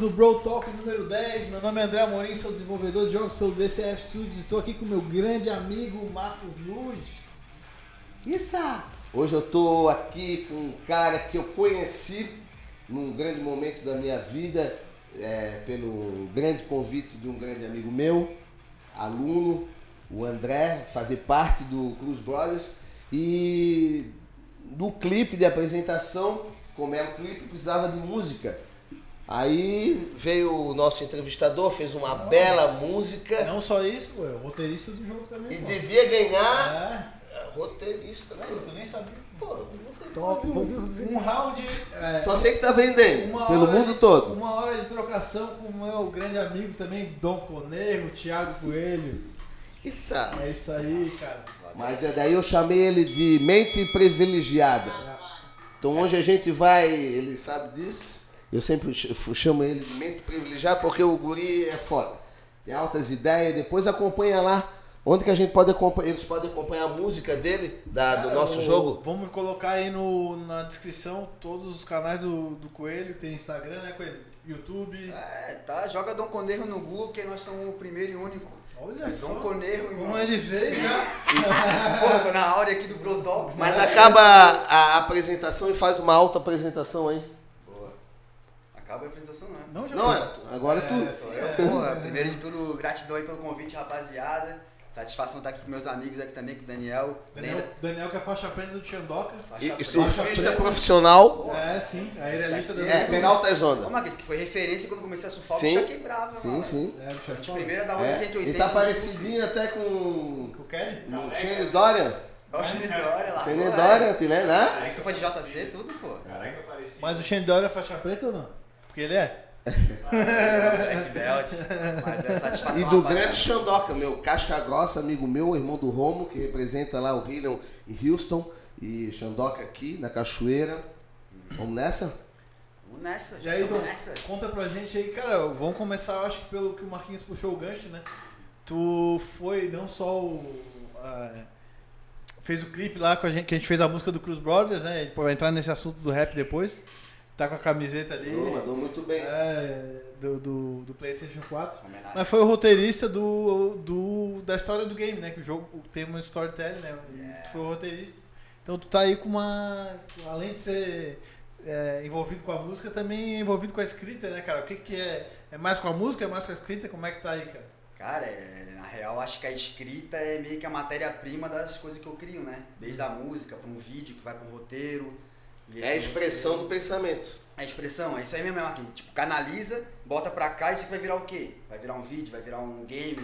do Bro Talk número 10. Meu nome é André Amorim, sou desenvolvedor de jogos pelo DCF Studios. Estou aqui com meu grande amigo Marcos Luz. Isso! Hoje eu tô aqui com um cara que eu conheci num grande momento da minha vida, é, pelo grande convite de um grande amigo meu, aluno, o André, fazer parte do Cruz Brothers. E no clipe de apresentação, como é o clipe, precisava de música. Aí veio o nosso entrevistador, fez uma bela música Não só isso, ué, o roteirista do jogo também. e pô. devia ganhar É, roteirista. né? eu nem sabia. Pô, não sei Top. Um round. é, Só sei que tá vendendo uma pelo hora mundo de- todo. Uma hora de trocação com o meu grande amigo também, Dom Conejo, Thiago Coelho. Isso. É isso aí, cara. Mas é daí eu chamei ele de mente privilegiada. Então hoje a gente vai, ele sabe disso. Eu sempre ch- f- chamo ele de mente privilegiada porque o guri é foda. Tem altas ideias, depois acompanha lá. Onde que a gente pode acompanhar? Eles podem acompanhar a música dele, da- do Cara, nosso o- jogo. Vamos colocar aí no, na descrição todos os canais do, do Coelho. Tem Instagram, né, Coelho? YouTube. É, tá, joga Dom Conejo no Google que nós somos o primeiro e único. Olha é só. Dom Conejo, irmão. Como ele veio né? já. Porra, tô na áurea aqui do Brodox. Mas acaba a apresentação e faz uma auto-apresentação aí. Boa. Acaba a apresentação, né? Não, já Não, é, agora é tu. Sou eu. Porra, primeiro de tudo, gratidão aí pelo convite, rapaziada. Satisfação estar aqui com meus amigos aqui também, com o Daniel. Daniel, Lenda- Daniel que é faixa preta do Tchandoca. E, e Faixa preta. surfista profissional. É, sim. A aerelista das É, pegar altas Ô, ondas. Marquinhos, que foi referência quando eu comecei a surfar, Sim. eu já quebrava, Sim, mano. sim. É, bicho, é De foda. primeira da onda É, 180. ele tá parecidinho até com é, né? Com o Kelly? o Shane Dorian. Olha o Xenidória lá. Shane pô, Dorian, tu lembra, né? é. Isso foi de JC, tudo, pô. Caraca, parecia. Mas o Shendor é faixa preta ou não? Porque ele é? Black Belt. Mas é satisfação. E do rapaziada. grande Xandoca, meu casca grossa, amigo meu, irmão do Romo, que representa lá o Hillian e Houston. E Xandoca aqui na Cachoeira. Vamos nessa? Vamos nessa, E aí, vamos Dom, nessa. conta pra gente aí, cara, vamos começar, eu acho que pelo que o Marquinhos puxou o gancho, né? Tu foi não só o. ah, fez o clipe lá com a gente, que a gente fez a música do Cruz Brothers, né? A gente vai entrar nesse assunto do rap depois. Tá com a camiseta ali. Pô, mandou muito bem. é, do, do, do Playstation 4. Homenagem. Mas foi o roteirista do, do, da história do game, né? Que o jogo tem uma storytelling, né? E Tu foi o roteirista. Então tu tá aí com uma. Além de ser é, envolvido com a música, também é envolvido com a escrita, né, cara? O que, que é? É mais com a música? É mais com a escrita? Como é que tá aí, cara? Cara, é, na real, acho que a escrita é meio que a matéria-prima das coisas que eu crio, né? Desde a música, pra um vídeo que vai pra um roteiro. E É a esse- expressão do pensamento. A expressão, é isso aí mesmo, aqui. Tipo, canaliza, bota pra cá, isso aqui vai virar o quê? Vai virar um vídeo, vai virar um game.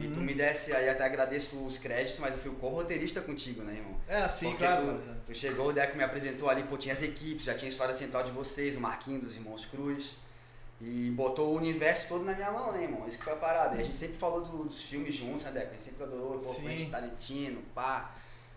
E tu me desse, aí até agradeço os créditos, mas eu fui o co-roteirista contigo, né, irmão? É assim, Porque claro. tu, mas, é. tu chegou, o Deco me apresentou ali, pô, tinha as equipes, já tinha a história central de vocês, o Marquinhos dos Irmãos Cruz. E botou o universo todo na minha mão, né, irmão? Isso que foi a parada. E a gente sempre falou do- dos filmes juntos, né, Deco? A gente sempre adorou, pô, Sim. Quentin Tarantino, pá.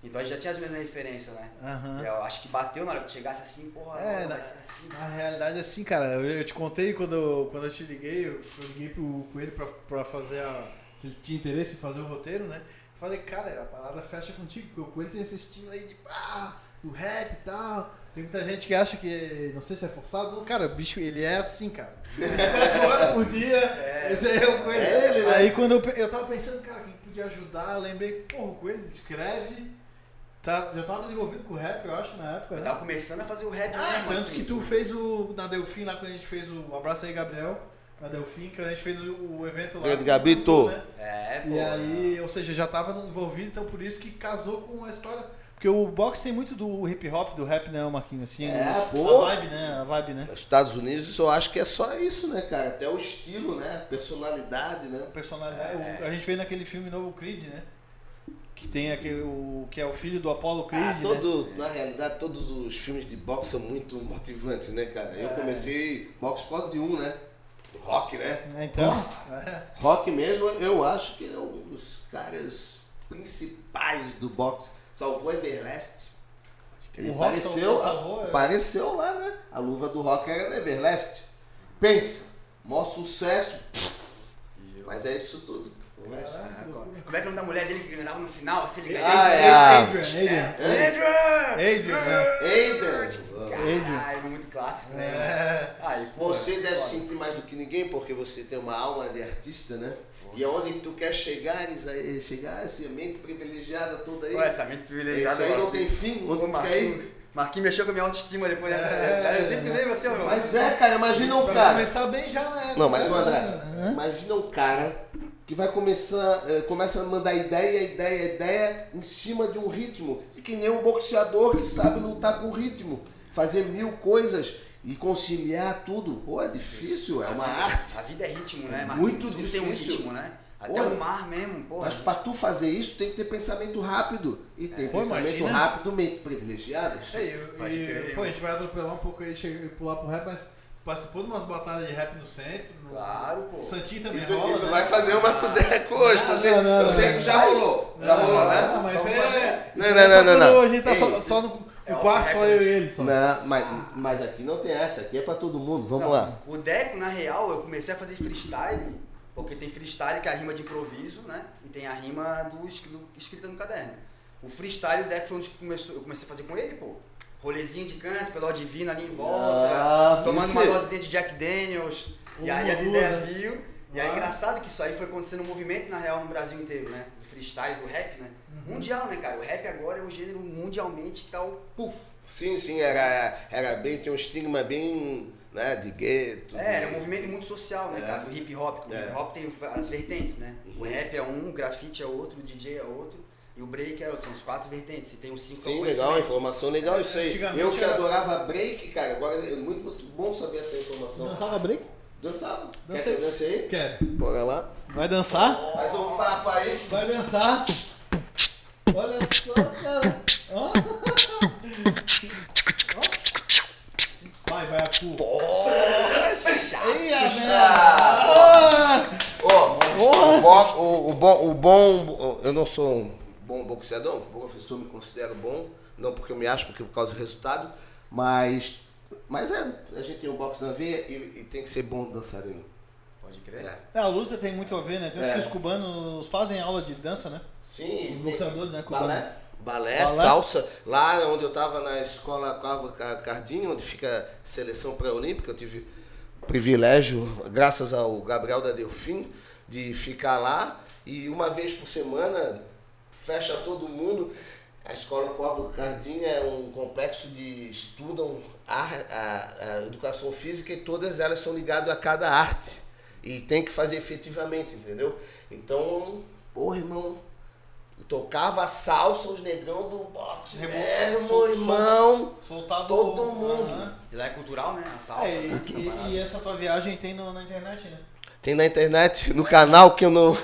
Então a gente já tinha as mesmas referências, né? Aham. E Eu acho que bateu na hora que chegasse assim, porra, É, mano, na- vai ser assim. Na realidade, assim, cara, eu, eu te contei quando, eu- quando eu te liguei, eu, eu liguei pro Coelho pra, pra fazer a. Se ele tinha interesse em fazer o roteiro, né? Eu falei, cara, a parada fecha contigo, porque o Coelho tem esse estilo aí de pá, do rap e tal. Tem muita gente que acha que, não sei se é forçado, não, cara, o bicho, ele é assim, cara. 24 horas por dia, esse aí é o Coelho É ele, né? Aí quando eu, pe- eu tava pensando, cara, quem podia ajudar, eu lembrei, porra, o Coelho escreve, tá, já tava desenvolvido com rap, eu acho, na época, Eu né? tava começando a fazer o rap Ah, mesmo, tanto assim. que tu fez o. Na Delfim, lá quando a gente fez o. Abraço aí, Gabriel. Na Delfim, que a gente fez o, o evento lá. Grande tu Gabito. cantou, né? É, pô. E aí, ou seja, já tava envolvido, então por isso que casou com a história. Porque o box tem muito do hip hop, do rap, né, Marquinho? Assim, É, a, pô. a vibe, né? A vibe, né? Nos Estados Unidos eu acho que é só isso, né, cara? Até o estilo, né? Personalidade, né? A personalidade. o- a gente veio naquele filme novo Creed, né? Que tem aquele. O, que é o filho do Apollo Creed. Ah, né? todo, na realidade, todos os filmes de boxe são muito motivantes, né, cara? É. Eu comecei boxe por causa de um, né? Do Rock, né? É, Então. é. Rock mesmo, eu acho que ele é um dos caras principais do boxe. Salvou Everlast. Ele O Rock salvou- apareceu, salvou, é. apareceu lá, né? A luva do Rock era da Everlast. Pensa, maior sucesso. Mas é isso tudo. O resto- Ah, pô. Como é que é o nome da mulher dele que ganhava no final, assim, ligado? Ah, é a- Adrian, Adrian. É, Adrian! Adrian, né? Adrian. Caralho, muito clássico, né? É. Ah, caralho. pô, Você deve foda. sentir mais do que ninguém, porque você tem uma alma de artista, né? E aonde que tu quer chegar, isso aí- chegar essa mente privilegiada toda aí. Pô, essa mente privilegiada. Isso aí mano. não tem fim, onde Pô, tu quer Marquinhos, ir. Marquinhos mexeu com a minha autoestima depois dessa. É, cara, eu sempre lembro assim, ó, meu. Mas é, cara, imagina um Pra cara. começar bem já na época. Não, mas o né? André, Aham. imagina um cara que vai começar, eh, começa a mandar ideia, ideia, ideia em cima de um ritmo. E que nem um boxeador que sabe lutar com ritmo, fazer mil coisas e conciliar tudo. Pô, é difícil, é uma A vida- arte. A vida é ritmo, né, Marquinhos? Muito Tudo tem um difícil. ritmo, né? Até Porra. o mar mesmo, pô. Mas pra tu fazer isso, tem que ter pensamento rápido. E tem Pô, pensamento imagina. rápido, mente privilegiada. É, Pode e, e, crer, pô, a mano. gente vai atropelar um pouco aí, chega- e pular pro rap, mas participou de umas batalhas de rap no centro. No, Claro, pô. Santinho E também tu, rola. e tu né? vai fazer uma com o Deco hoje, Não, eu sei, não, não, eu sei não. que já rolou. Já Não, rolou, Não, né? mas isso Vamos aí é. fazer. isso aí Não, é não, só não, quando não. A gente tá Ei. só, só no É no off quarto, só eu record. e ele. Só. Não, mas, mas aqui não tem essa, aqui é pra todo mundo. Vamos Não, lá. O Deco, na real, eu comecei a fazer freestyle, porque tem freestyle que é a rima de improviso, né? E tem a rima do, es- do- escrita no caderno. O freestyle, o Deco foi onde começou, eu comecei a fazer com ele, pô. Rolezinho de canto, pelo divino ali em volta, Ah, tomando isso uma é- dosezinha de Jack Daniels, e Uma aí as duas, né? ideias viu. E aí é Ah. engraçado que isso aí foi acontecendo um movimento, na real, no Brasil inteiro, né? Do freestyle, do rap, né? Uhum. Mundial, né, cara? O rap agora é um gênero mundialmente que tá o puff. Sim, sim, era, era bem, tinha um estigma bem né, de gueto. É, de- era um movimento muito social, né, É. cara? Do hip hop. que O É. Uhum. hip hop tem as vertentes, né? O rap é um, o grafite é outro, o DJ é outro. E o break é outro. São os quatro vertentes. E tem os cinco que é o Sim, legal, conhecimento. informação legal, isso aí. Antigamente Eu que era- adorava break, cara, agora é muito bom saber essa informação. Dançava break? Dançava. Quer que Dancei. eu dance aí? Quero. Bora lá. Vai dançar? Faz um papo aí. Vai dançar? Olha só, cara. Ó. Ó. Vai, vai, apu. Ei, a merda. Ó, o, bo- o- o bom, o bom, eu não sou um bom boxeador, um bom professor, me considero bom, não porque eu me acho, porque por causa do resultado, mas, mas é, a gente tem o boxe na veia e, e tem que ser bom dançarino. Pode crer. É. É, a luta tem muito a ver, né? Tanto É. que os cubanos fazem aula de dança, né? Sim, Os tem- boxeadores, né, cubano. Balé, balé, Balé. salsa. Lá onde eu estava na escola Cava Ca- Cardini, onde fica a seleção pré-olímpica, eu tive privilégio, graças ao Gabriel da Delfim, de ficar lá e uma vez por semana fecha todo mundo. A escola Cova Cardini é um complexo de estudam a, a- a educação física e todas elas são ligadas a cada arte. E tem que fazer efetivamente, entendeu? Então, porra, irmão, Tocava salsa, os negão do boxe. Remo- É, meu sol- irmão. Soltava Todo o- mundo. Aham. E lá é cultural, né? A salsa, É, e, né? Essa e- parada. e essa tua viagem tem no- na internet, né? Tem na internet, no canal que eu não.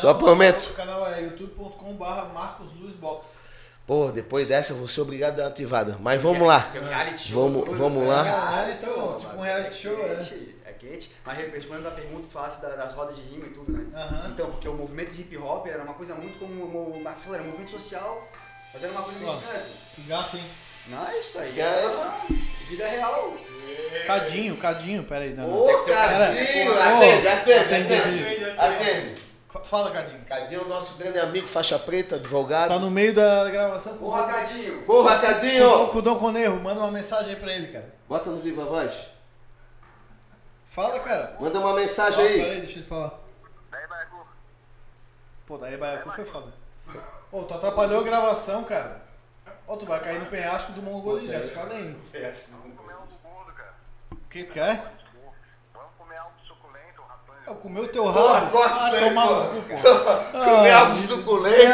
Só Não, prometo. O canal é youtube.com.br Marcos Luiz Box. Pô, depois dessa eu vou ser obrigado a dar uma ativada. Mas vamos lá. Tem um reality show. Vamos- tudo, vamos né? lá. Caralho, então, tipo um mano, reality show, é. quente, é. quente. Mas respondendo a pergunta fácil da- das rodas de rima e tudo, né? Aham. Então, porque o movimento hip hop era uma coisa muito como o Marcos falou, era um movimento social, mas era uma coisa meio Ó. de canto. Que Gafe, hein? Não, é isso aí. Que é isso? Vida real. Cadinho, cadinho, peraí. Não, Ô, não. Cadinho, Cara, atende, ô, atende, atende, atende. Atende. Ca- Fala, cadinho. Cadinho é o nosso grande amigo, faixa preta, advogado. Tá no meio da gravação com Porra, Cadinho. Porra, o Cadinho! com o Dom Conerro. Manda uma mensagem aí pra ele, cara. Bota no Viva Voz. Fala, cara. Manda uma Ó, mensagem aí. Peraí, deixa ele falar. Daí, Baiacu, Pô, daí Baiacu foi foda. Ô, tu atrapalhou a gravação, cara. Ô, tu vai cair no penhasco do Mongolinho, já te falei. vamos comer algo gordo, cara. O que tu quer? Vamos comer algo suculento, rapaz. Eu comer o teu Porra, rabo. corta Ah, isso aí, tomar no porra. cu, pô. Comer é algo suculento.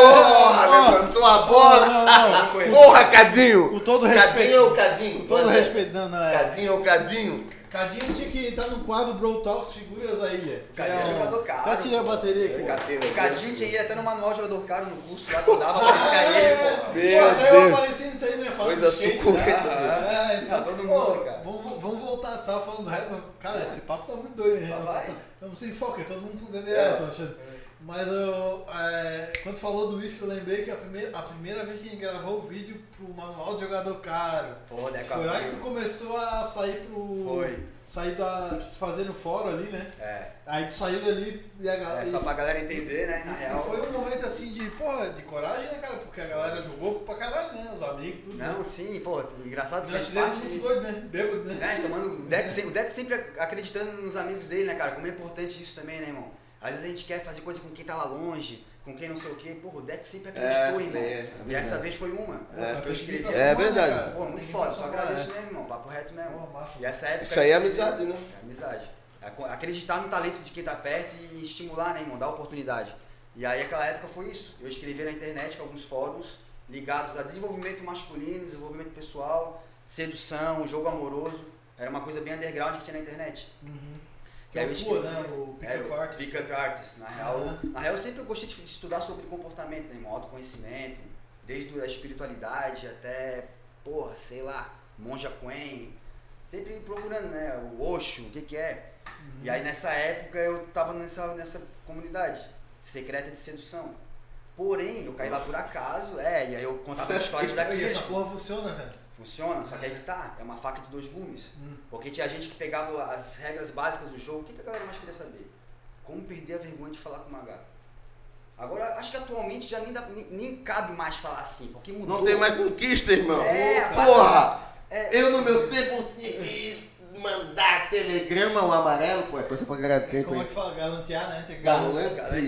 Porra, levantou a Não, bola. não, não. É. Porra, Cadinho! Com todo Cadinho, respeito. Cadinho. Com todo Manda- respeito, não, não é. Cadinho, Cadinho. Cadinho tinha que entrar no quadro Bro Talks Figuras da Ilha. Cadinho é jogador caro, Até tirei a pô. bateria aqui. Cadinho. O Cadinho tinha ido até no manual de jogador caro no curso lá que eu dava pra esse É. aí, Meu Pô, até eu Deus. apareci nisso aí, né? Falando Coisa de skate, suculenta, né? velho. É, então. Ah, todo pô, mundo, cara. É. Vamos, vamos voltar, tava falando do rap. mas, Cara, esse papo tá muito doido, né? Só vai. Estamos sem foco, é todo mundo com DDA, É. tô achando. Mas eu. é, quando quando tu falou do uísque, eu lembrei que a primeira, a primeira vez que a gente gravou o vídeo pro manual de jogador caro. Pô, né, Deco. Foi lá abriu. que tu começou a sair pro. É Foi. Sair da. que tu fazia no fórum ali, né? É. Aí tu saiu dali e a galera. É só pra galera entender, né? Na e, real. e foi um momento assim de, porra, de coragem, né, cara? Porque a galera jogou pra caralho, né? Os amigos, tudo. né? Não, sim, pô, tu- engraçado Nós fez fizemos parte. muito doido, né? Bêbado, né? né, tomando, o, Deco, se- o Deco sempre ac- acreditando nos amigos dele, né, cara? Como é importante isso também, né, irmão? Às vezes a gente quer fazer coisa com quem tá lá longe, com quem não sei o quê. Porra, o Deco sempre acreditou, É, irmão. é, é e essa verdade. vez foi uma. Pô, que eu tem que ir escrevi. pra É somar, né, verdade. cara? Pô, Tem muito que ir foda, pra só somar, agradeço né? mesmo, irmão. Papo reto Pô, mesmo. massa. E essa época. Isso aí é amizade, né? É amizade. Ac- Acreditar no talento de quem tá perto e estimular, né, irmão? Dar oportunidade. E aí, aquela época foi isso. Eu escrevi na internet pra alguns fóruns ligados a desenvolvimento masculino, desenvolvimento pessoal, sedução, jogo amoroso. Era uma coisa bem underground que tinha na internet. Uhum. E aí eu Que é o Pua, escrevi- né? O É, Pick-up Artist. Pick Up Artist. Na real, Aham. na real, eu sempre gostei de estudar sobre comportamento, né, irmão? Autoconhecimento, desde a espiritualidade até, porra, sei lá, Monja Quen. Sempre procurando, né? O Osho, o que que é. Uhum. E aí nessa época eu tava nessa, nessa comunidade, secreta de sedução. Porém, eu caí lá por acaso, é, e aí eu contava as histórias E daqui. essa porra funciona, velho. Funciona, só que aí que tá, é uma faca de dois gumes. Hum. Porque tinha gente que pegava as regras básicas do jogo, o que, que a galera mais queria saber? Como perder a vergonha de falar com uma gata. Agora, acho que atualmente já nem, dá- nem, nem cabe mais falar assim, porque mudou. Não tem mais conquista, irmão. É, Porra! É, Eu no meu tempo tinha que mandar telegrama o amarelo, pô, é coisa pra ganhar tempo, Como é hein? que fala? Galantear, né? Tinha que Galantear. Galantear,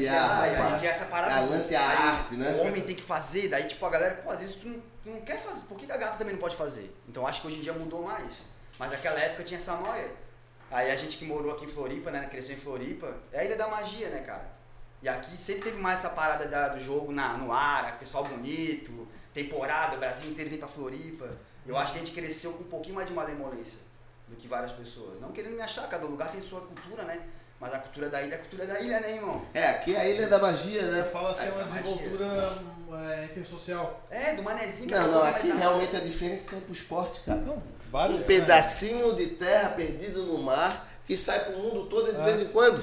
e aí tinha essa parada. Galante a Aí arte, né? O homem tem que fazer, daí tipo a galera, pô, às vezes tu não, tu não quer fazer, por que que a gata também não pode fazer? Então acho que hoje em dia mudou mais. Mas naquela época tinha essa noia. Aí a gente que morou aqui em Floripa, né, cresceu em Floripa, é a ilha da magia, né, cara? E aqui sempre teve mais essa parada da- do jogo na, no ar, pessoal bonito, temporada, o Brasil inteiro vem pra Floripa. Eu acho que a gente cresceu com um pouquinho mais de malemolência do que várias pessoas. Não querendo me achar, cada lugar tem sua cultura, né? Mas a cultura da ilha é a cultura da ilha, né, irmão? É, aqui é a Ilha da Magia, né? Fala assim, É, é uma tá magia. desenvoltura hum, é, intersocial. É, do manezinho. que Não, a não, coisa aqui mais da- realmente é a diferença tem pro esporte, cara. Não, Um né? pedacinho de terra perdido no mar que sai pro mundo todo de É. vez em quando.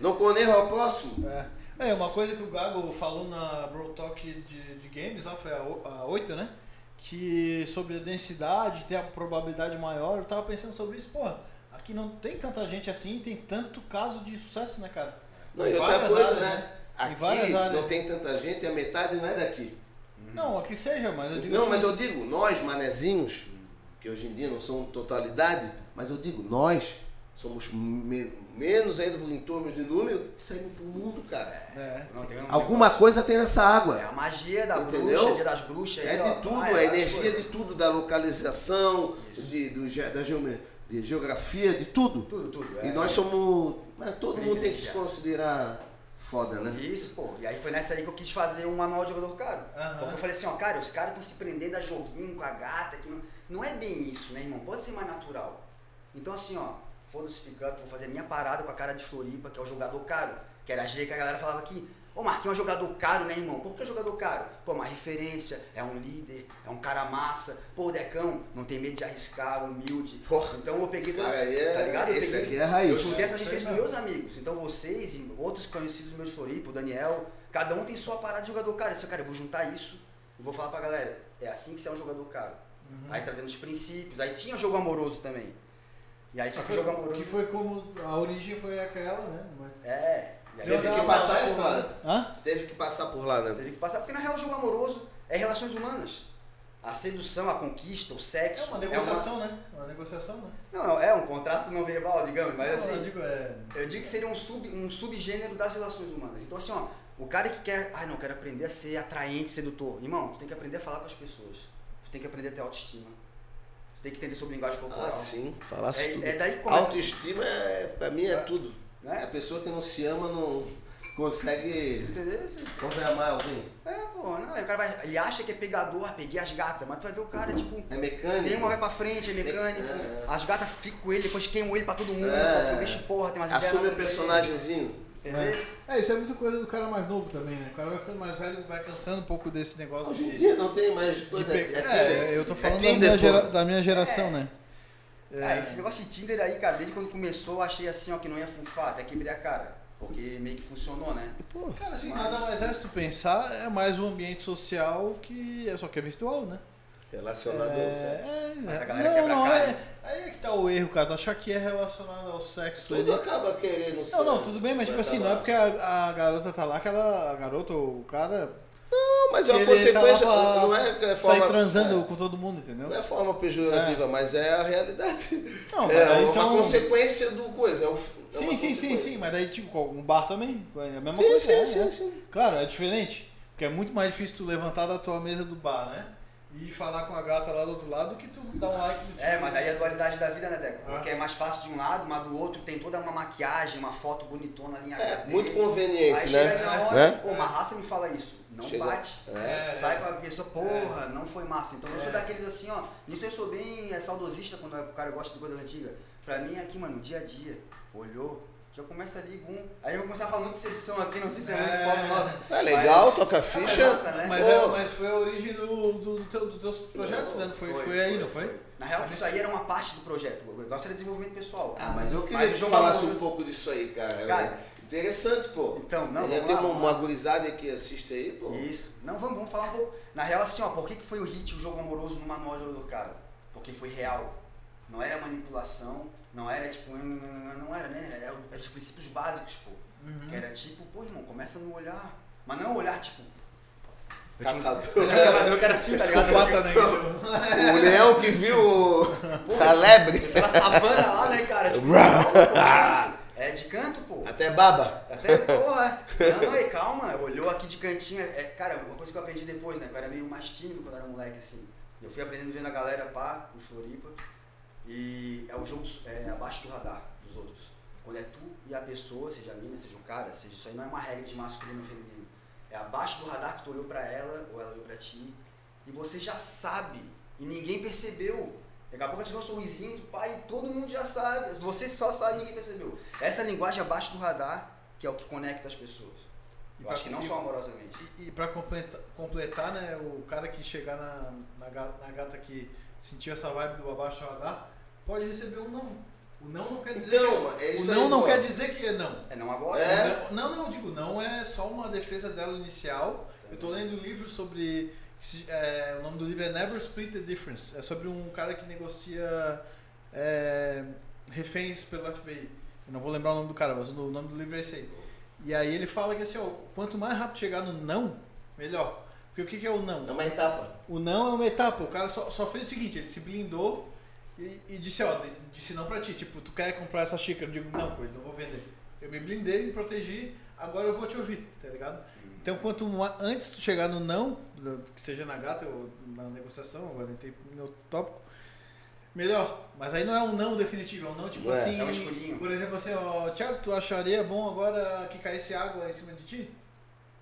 Não conejo ao próximo. É. é, uma coisa que o Gago falou na Bro Talk de, de Games, lá foi a, o- a 8, né? Que sobre a densidade, ter a probabilidade maior, eu tava pensando sobre isso, porra, aqui não tem tanta gente assim, tem tanto caso de sucesso, né, cara? Não, e Em outra várias coisa, áreas, né? Em várias Aqui áreas. não tem tanta gente, a metade não é daqui. Não, aqui seja, mas eu digo Não, assim, mas eu digo, nós, manezinhos, que hoje em dia não são totalidade, mas eu digo, nós somos me- menos ainda em termos de número e saímos pro mundo, cara. É. Não, tem um Alguma coisa tem nessa água. É a magia da Entendeu? bruxa, dia das bruxas. É aí, ó, de tudo, vai, a vai, energia coisa. de tudo, da localização, de, do ge- da geome- de geografia, de tudo. Tudo, tudo. E é. nós somos. mas todo mundo tem que se considerar foda, né? Isso, pô. E aí foi nessa aí que eu quis fazer um manual de jogador caro. Aham. Porque eu falei assim, ó, cara, os caras estão se prendendo a joguinho com a gata. Que não... não é bem isso, né, irmão? Pode ser mais natural. Então, assim, ó, foda-se pick-up, vou fazer a minha parada com a cara de Floripa, que é o jogador caro. Que era a gíria que a galera falava aqui. Ô, Marquinhos é um jogador caro, né, irmão? Por que é jogador caro? Pô, uma referência, é um líder, é um cara massa. Pô, o Decão não tem medo de arriscar, humilde. Porra, então eu peguei... esse cara aí é- Tá ligado? Eu esse peguei- aqui é a raiz. Eu juntei essa Isso aí referência dos mesmo. meus amigos. Então vocês e outros conhecidos meus de Floripa, o Daniel, cada um tem sua parada de jogador caro. Eu disse, cara, eu vou juntar isso e vou falar pra galera. É assim que você é um jogador caro. Uhum. Aí trazendo os princípios. Aí tinha jogo amoroso também. E aí só que o jogo amoroso... que foi como a origem foi aquela, né? Mas- É. E aí Deu Teve aquela que passar por palestra, lá. né? né? Hã? Teve que passar por lá, né? teve que passar. Porque na real o jogo amoroso é relações humanas. A sedução, a conquista, o É sexo... uma negociação, né? É Uma negociação, né? Não, não, é um contrato não verbal, digamos. Mas Não, assim... eu digo, é... Eu digo que seria um, sub, um subgênero das relações humanas. Então, assim, ó, o cara que quer. Ai, não, quero aprender a ser atraente, sedutor. Irmão, tu tem que aprender a falar com as pessoas. Tu tem que aprender a ter autoestima. Tu tem que entender sobre linguagem corporal. Ah, sim, falasse É- tudo. é daí que começa- Autoestima, é, pra mim, é tudo. Né? A pessoa que não se ama não consegue. Entendeu? Assim, Como é amar alguém? É, pô, não, aí o cara vai. Ele acha que é pegador, ah, peguei as gatas, mas tu vai ver o cara, tipo. É mecânico. Nenhuma vai pra frente, é mecânico. É. As gatas ficam com ele, depois queimam ele pra todo mundo. É. porque O bicho porra, tem umas Assume o ideias nada a ver. personagemzinho. Entendeu? É, isso é muita coisa do cara mais novo também, né? O cara vai ficando mais velho, vai cansando um pouco desse negócio Hoje em de- dia não tem mais coisa. de pe- É, eu tô falando da, minha pô. É. gera- da minha geração, né? Ah, esse negócio de Tinder aí, cara, desde quando começou eu achei assim, ó, que não ia funfar, até quebrei a cara. Porque meio que funcionou, né? Cara, assim, nada mais é se tu pensar, é mais um ambiente social que é só que é virtual, né? Relacionado é, ao sexo. é, a galera quebra não, não, a cara. é, aí é que tá o erro, cara. Tu achar que é relacionado ao sexo. ele- Tudo acaba querendo ser. é- Não, não, tudo bem, mas tipo Vai assim, tá não é lá. porque a, a garota tá lá que ela. A garota ou o cara. Não, mas é uma ele consequência. tá lá pra não é que é Sair forma. transando é, com todo mundo, entendeu? não é forma pejorativa, mas é a realidade. Não, mas é aí uma então- consequência do coisa. É o, f- é Sim, uma sim, sim, consequência. sim, mas daí tipo, com um bar também, é a mesma Sim, coisa. sim, é, sim, é. sim. Claro, é diferente, porque é muito mais difícil tu levantar da tua mesa do bar, né? E falar com a gata lá do outro lado do que tu dar um like no tipo. É, mas daí a dualidade da vida, né, Deco? Ah. Porque é mais fácil de um lado, mas do outro tem toda uma maquiagem, uma foto bonitona ali em É, HD. muito conveniente, Aí né? chega na hora, Né? pô, uma raça me fala isso. Não Chega- bate. É. Sai com a pessoa, porra, não foi massa. Então eu sou daqueles assim, ó. Nisso eu sou bem é, saudosista quando o cara gosta de coisa antiga. Pra mim é aqui, mano, dia a dia. Olhou. Já começa ali, bum. Aí eu vou começar a falar muito de sedição aqui, não sei se é muito É. foco nosso. É legal, Mas- toca ficha. É, mas massa, né? Mas, é- Ô. mas foi a origem do, do, do teu- dos teus projetos, né? Não Foi, foi, aí, não foi? Na real, isso aí era uma parte do projeto. O negócio era desenvolvimento pessoal. Ah, mas eu queria Mas o que tu João falasse Barbosa- um pouco disso aí, cara. Cara. Interessante, pô. Então, não, Já vamos tem lá, uma, vamos uma lá. gurizada que assiste aí, pô. Isso. Não, vamos, vamos falar um pouco. Na real, assim, ó, por que, que foi o hit, o jogo amoroso no Manual de do Caro? Porque foi real. Não era manipulação, não era tipo. Não, não, não, não era, né? Era, era os princípios básicos, pô. Uhum. Que era tipo, pô, irmão, começa no olhar. Mas não é um olhar, tipo. Tá Caçador. Eu quero assim, tá ligado? Psicopata, né? Tipo, o leão que viu o- a lebre. Pela savana lá, né, cara? Tipo, não, pô, é isso. é de canto, pô. Até baba. Até, Tá porra, não, não, e calma, olhou aqui de cantinho. É, cara, uma coisa que eu aprendi depois, né? que Eu era meio mais tímido quando era moleque, assim. Eu fui aprendendo vendo a galera pá, em Floripa. E é o jogo é, abaixo do radar dos outros. Quando é tu e a pessoa, seja a mina, seja o cara, seja isso aí, não é uma regra de masculino ou feminino. É abaixo do radar que tu olhou pra ela ou ela olhou pra ti. E você já sabe. E ninguém percebeu. Daqui a pouco ela te dá um sorrisinho, tu, pai, todo mundo já sabe. Você só sabe, ninguém percebeu. Essa linguagem abaixo do radar que é o que conecta as pessoas. E Eu pra- acho que não e- só amorosamente. E, e pra completar, completar, né, o cara que chegar na, na, ga- na gata que sentiu essa vibe do abaixo do radar, pode receber um não. O não não quer dizer Então, que é isso O não aí, não pô. quer dizer que é não. É não agora? É. né? Não, não, eu digo, não é só uma defesa dela inicial. Eu tô lendo um livro sobre. que se- é, o nome do livro é Never Split the Difference. É sobre um cara que negocia é, reféns pelo FBI. Eu não vou lembrar o nome do cara, mas o nome do livro é esse aí. E aí ele fala que assim, ó, quanto mais rápido chegar no não, melhor. Porque o que, que é o não? É uma etapa. O não é uma etapa. O cara só, só fez o seguinte, ele se blindou e, e disse, ó, de- disse não pra ti. Tipo, tu quer comprar essa xícara? Eu digo, não, coelho, não vou vender. Eu me blindei, me protegi, agora eu vou te ouvir, tá ligado? Então, quanto ma- antes tu chegar no não, na- que seja na gata ou na negociação, agora entrei pro meu tópico, melhor. Mas aí não é um não definitivo, é um não tipo É, assim... é um escolhinho. por exemplo, assim, ó, Thiago, tu acharia bom agora que caísse água em cima de ti?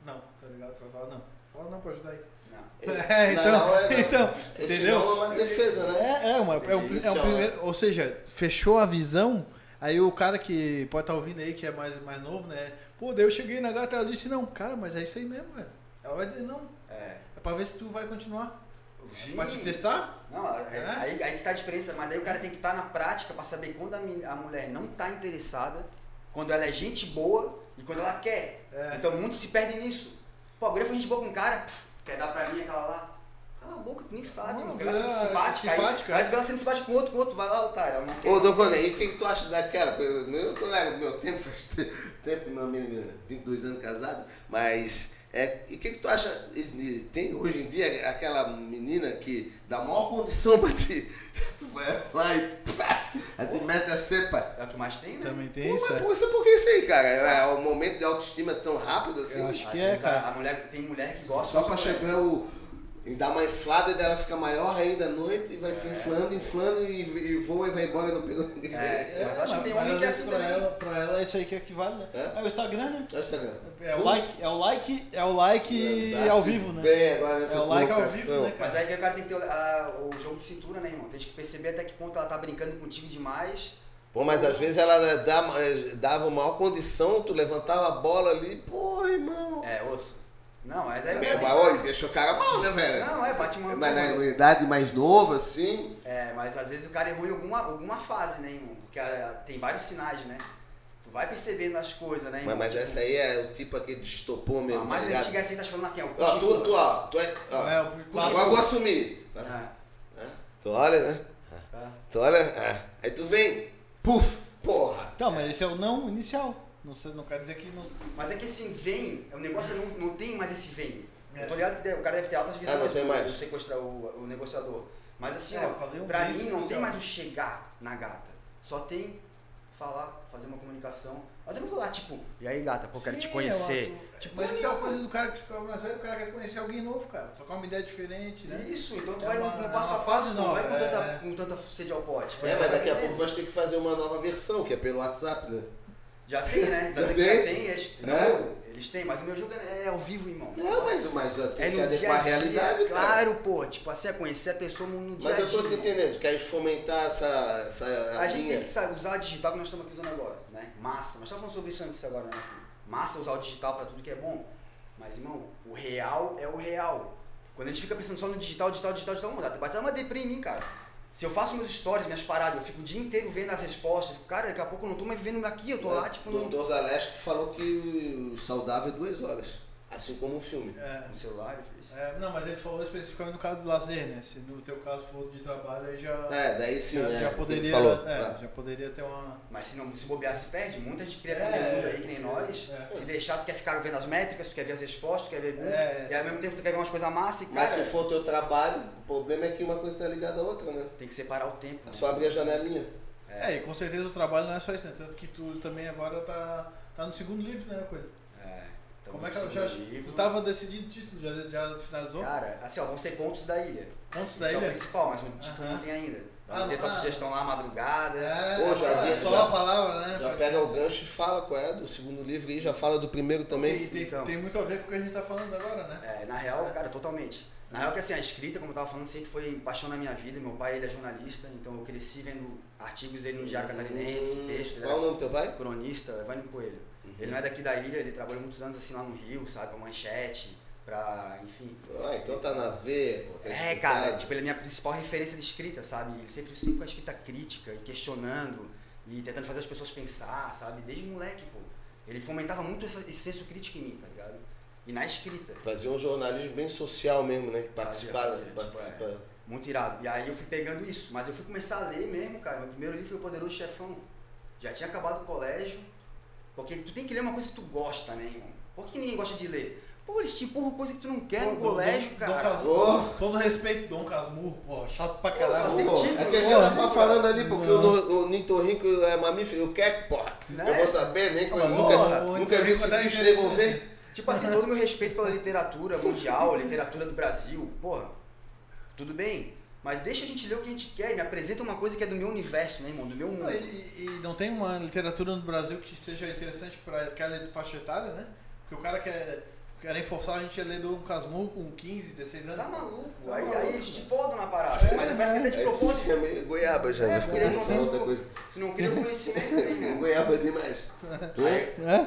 Não, tá ligado? Tu vai falar não. Fala não pra ajudar aí. Não. É, então, Na real, é- então, Esse entendeu? não é uma defesa, né? É, é, uma, é, um, é Inicial, um né? primeiro. Ou seja, fechou a visão. Aí o cara que pode estar ouvindo aí, que é mais, mais novo, né? Pô, daí eu cheguei na gata e ela disse, não, cara, mas é isso aí mesmo, velho. Ela vai dizer não. É. É pra ver se tu vai continuar. Sim. Pra te testar? Não, é- É? aí, aí que tá a diferença, mas daí o cara tem que estar na prática pra saber quando a, men- a mulher não tá interessada, quando ela é gente boa e quando ela quer. É. Então muitos se perdem nisso. Pô, agora foi gente boa com um cara, pff, quer dar pra mim aquela lá. Cala a boca, tu nem sabe, Não, mano. ela Ela sendo é simpática. simpática, Aí, é. aí tu vê ela sendo simpática com outro, com outro, vai lá, otário. ela não quer. Ô, Doconé, e o que, que tu acha daquela? coisa? Meu colega do meu tempo, faz te- tempo que meu amigo, 22 anos casado, mas. É, e o que, que tu acha? e Tem hoje em dia aquela menina que dá a maior condição pra ti. Tu vai lá e pá, aí tu mete a cepa. É o que mais tem, né? Também tem Pô, isso. mas é. por isso, por que isso aí, cara? É um momento de autoestima tão rápido assim. Eu acho Às que é, vezes a- cara. A mulher, tem mulher que gosta Só de pra mulher. chegar o. E dar uma inflada e dela fica maior ainda à noite e É. vai inflando, inflando e, e voa e vai embora no pelo. É, mas acho que tem mas homem às que é vezes assim pra também. ela, pra ela é isso aí que é que vale, né? É? É o Instagram, né? É o Instagram. É o like, é o like, é o like Dá-se ao vivo, né? Bem agora nessa É o like ao colocação. vivo, né, Mas cara? aí que o cara tem que ter o- a- o jogo de cintura, né, irmão? Tem que perceber até que ponto ela tá brincando contigo demais. Pô, mas às vezes ela dá, eh, dava maior condição, tu levantava a bola ali, pô, irmão. É, osso. Não, mas aí. o Meu, cara tem- mas, olha, deixa o cara mal, né, velho? Não, é, bate uma- Mas na idade mais nova, assim. É, mas às vezes o cara errou em alguma, alguma fase, né, irmão? Porque ah, tem vários sinais, né? Tu vai percebendo as coisas, né? Mas, irmão? mas Tipo, essa aí é o tipo aquele distopou mesmo. A mais tá ligado? antiga é essa aí tá falando aqui, ó. o Ó, Chico. tu, tu, ó, tu é. Ó, É, o agora clássico. eu vou assumir. Ah, Tu olha, né? tá. Tu olha. é. Aí tu vem. Puf! Porra! Então, mas esse é o não inicial. Não, sei, não quer dizer que não. Mas é que assim, vem, o negócio não, não tem mais esse vem. É. Eu tô ligado que deve- o cara deve ter altas visões Ah, não tem do- mais. do sequestrar o, o negociador. Mas assim, É, eu falei ó, um pra bem mim não tem especial. mais o chegar na gata. Só tem falar, fazer uma comunicação. Mas eu não vou lá, tipo, e aí gata, pô, quero te Sim, conhecer. eu acho- mas isso é uma coisa do cara que fica mais velho, o cara quer conhecer alguém novo, cara. Trocar uma ideia diferente, né? Isso, então tu É vai uma- no, é no passo a uma passo, fase não vai nova, com tanta, é. com tanta sede ao pote. É, mas daqui a pouco vai. nós temos que fazer uma nova versão, que é pelo WhatsApp, né? Já tem, né? Já Já tem? tem, já tem eles, É? não, eles têm, mas o meu jogo é, é ao vivo, irmão. Não, mas, mas ó, tem É que se no dia adequar à a dia, realidade, cara. Claro, pô. Tipo assim, é conhecer a pessoa no, no dia Mas a eu tô dia. te entendendo, quer fomentar essa, essa A gente linha. tem que sabe, usar o digital que nós estamos aqui usando agora, né? Massa. Nós estamos falando sobre isso antes agora, né? Massa usar o digital pra tudo que é bom. Mas, irmão, o real é o real. Quando a gente fica pensando só no digital, digital, digital, digital, mano, bateu uma deprê em mim, cara. Se eu faço meus stories, minhas paradas, eu fico o dia inteiro vendo as respostas. Fico, cara, daqui a pouco eu não tô mais vivendo aqui, eu tô lá, tipo, É, O no, Doutor Zaleschi falou que o saudável é duas horas. Assim como um filme. É, no celular. eu fiz. é, não, mas ele falou especificamente no caso do lazer, né? Se no teu caso for de trabalho, aí já. É, daí sim, já, né? já Ele poderia. falou. é, Ah. já poderia ter uma. Mas se não se bobear, se perde. Muita gente cria É, conteúdo aí, que nem é, nós. é. Se deixar, tu quer ficar vendo as métricas, tu quer ver as respostas, tu quer ver. É. E ao mesmo tempo tu quer ver umas coisas massa e cara. Mas se for teu trabalho, o problema é que uma coisa está ligada à outra, né? Tem que separar o tempo. É né? só abrir a janelinha. É. e com certeza o trabalho não é só isso, né? Tanto que tu também agora tá, tá no segundo livro, né, Coelho? É. Então, Como é que segundo já, livro. Tu tava decidindo o título, já, já finalizou? Cara, assim, ó, vão ser contos da ilha. Contos Esse daí, é o né? principal, mas o título Aham. não tem ainda. Ah, Vai ter tua ah. sugestão lá, madrugada. É, Ô, já é disse, só já. a palavra, né? Já Pode- pega o gancho e fala qual é do segundo livro e já fala do primeiro E também. tem, Então. tem muito a ver com o que a gente tá falando agora, né? É, na real, cara, totalmente. Na real que assim, a escrita, como eu tava falando, sempre foi paixão na minha vida. Meu pai, ele é jornalista, então eu cresci vendo artigos dele no Diário Catarinense, né? Hum, textos. ele Qual era o nome do teu pai? cronista, Evânio Coelho. Ele não é daqui da ilha, ele trabalhou muitos anos assim lá no Rio, sabe? Pra manchete, pra. enfim. Ah, então tá na veia, pô. tá É, explicado. cara, tipo, ele é minha principal referência de escrita, sabe? Ele sempre, sempre com a escrita tá crítica e questionando e tentando fazer as pessoas pensar, sabe? Desde moleque, pô. Ele fomentava muito essa- esse senso crítico em mim, tá ligado? E na escrita. Fazia um jornalismo bem social mesmo, né? Que Fazia, participava. fazia, tipo, participava. Muito irado. E aí eu fui pegando isso, mas eu fui começar a ler mesmo, cara. Meu primeiro livro foi O Poderoso Chefão. Já tinha acabado o colégio. Porque tu tem que ler uma coisa que tu gosta, né, irmão? Por que ninguém gosta de ler? Pô, eles te empurram coisa que tu não quer Pô, no Dom- colégio, Dom- Dom cara. Casmurro, todo respeito, Dom Casmurro, pô, chato pra Nossa, caralho. assim, Pô, sentido, é que a né? gente tava falando ali porque o, Não. no- o Nitorrinco é mamífero, eu quero, porra. Né? Eu vou saber, nem Pô, eu porra, nunca, o nunca vi esse Nitorrinco tá bicho interessante. devolver. Tipo assim, todo o meu respeito pela literatura mundial, literatura do Brasil, porra, tudo bem. Mas deixa a gente ler o que a gente quer, me apresenta uma coisa que é do meu universo, né, irmão? Do meu mundo. Não, E, e não tem uma literatura no Brasil que seja interessante pra aquela faixa etária, né? Porque o cara quer, querem forçar a gente a ler Dom Casmurro com 15, 16 anos. Tá maluco. Tá aí, maluco, aí eles te podam na parada. É, mas parece que até de Aí tu propósito. fica meio né? goiaba já, É, já porque fica ele não falando fez outra o- coisa. Tu não cria o conhecimento, né, irmão? Goiaba demais. é?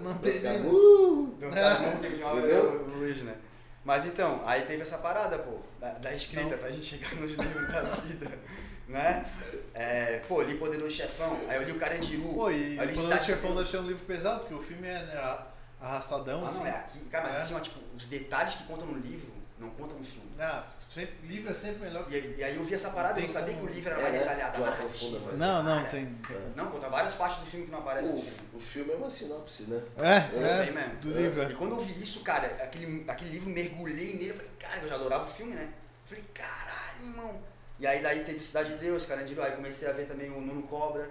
Não tem Mas tá, nem- uh, Não, tá, não tem que chamar Entendeu? o Luiz, né? Mas então, aí teve essa parada, pô, da, da escrita, pra gente chegar nos livros da vida, né? É, pô, li Poderoso Chefão, aí eu li o Carandiru. Pô, e aí eu li Poderoso Cidade Chefão de deve ser um livro pesado, porque o filme é né, a- arrastadão, Deus. Ah, assim. não, é aqui. Cara, É. mas assim, ó, tipo, os detalhes que contam no livro, não contam no filme. Ah, sempre- livro é sempre melhor que... E, e aí eu vi essa parada, eu não Tem sabia que como- o livro era É, mais né? detalhado. a Tu narrativa, aprofunda mais. Não, não, cara. tem... Não, conta várias partes do filme que não aparecem no filme. o, o filme é uma sinopse, né? É, É, é, isso aí mesmo. do livro, é. E quando eu vi isso, cara, aquele, aquele livro, mergulhei nele, eu falei, cara, eu já adorava o filme, né? Eu falei, caralho, irmão. E aí daí teve Cidade de Deus, cara, aí comecei a ver também o Nuno Cobra.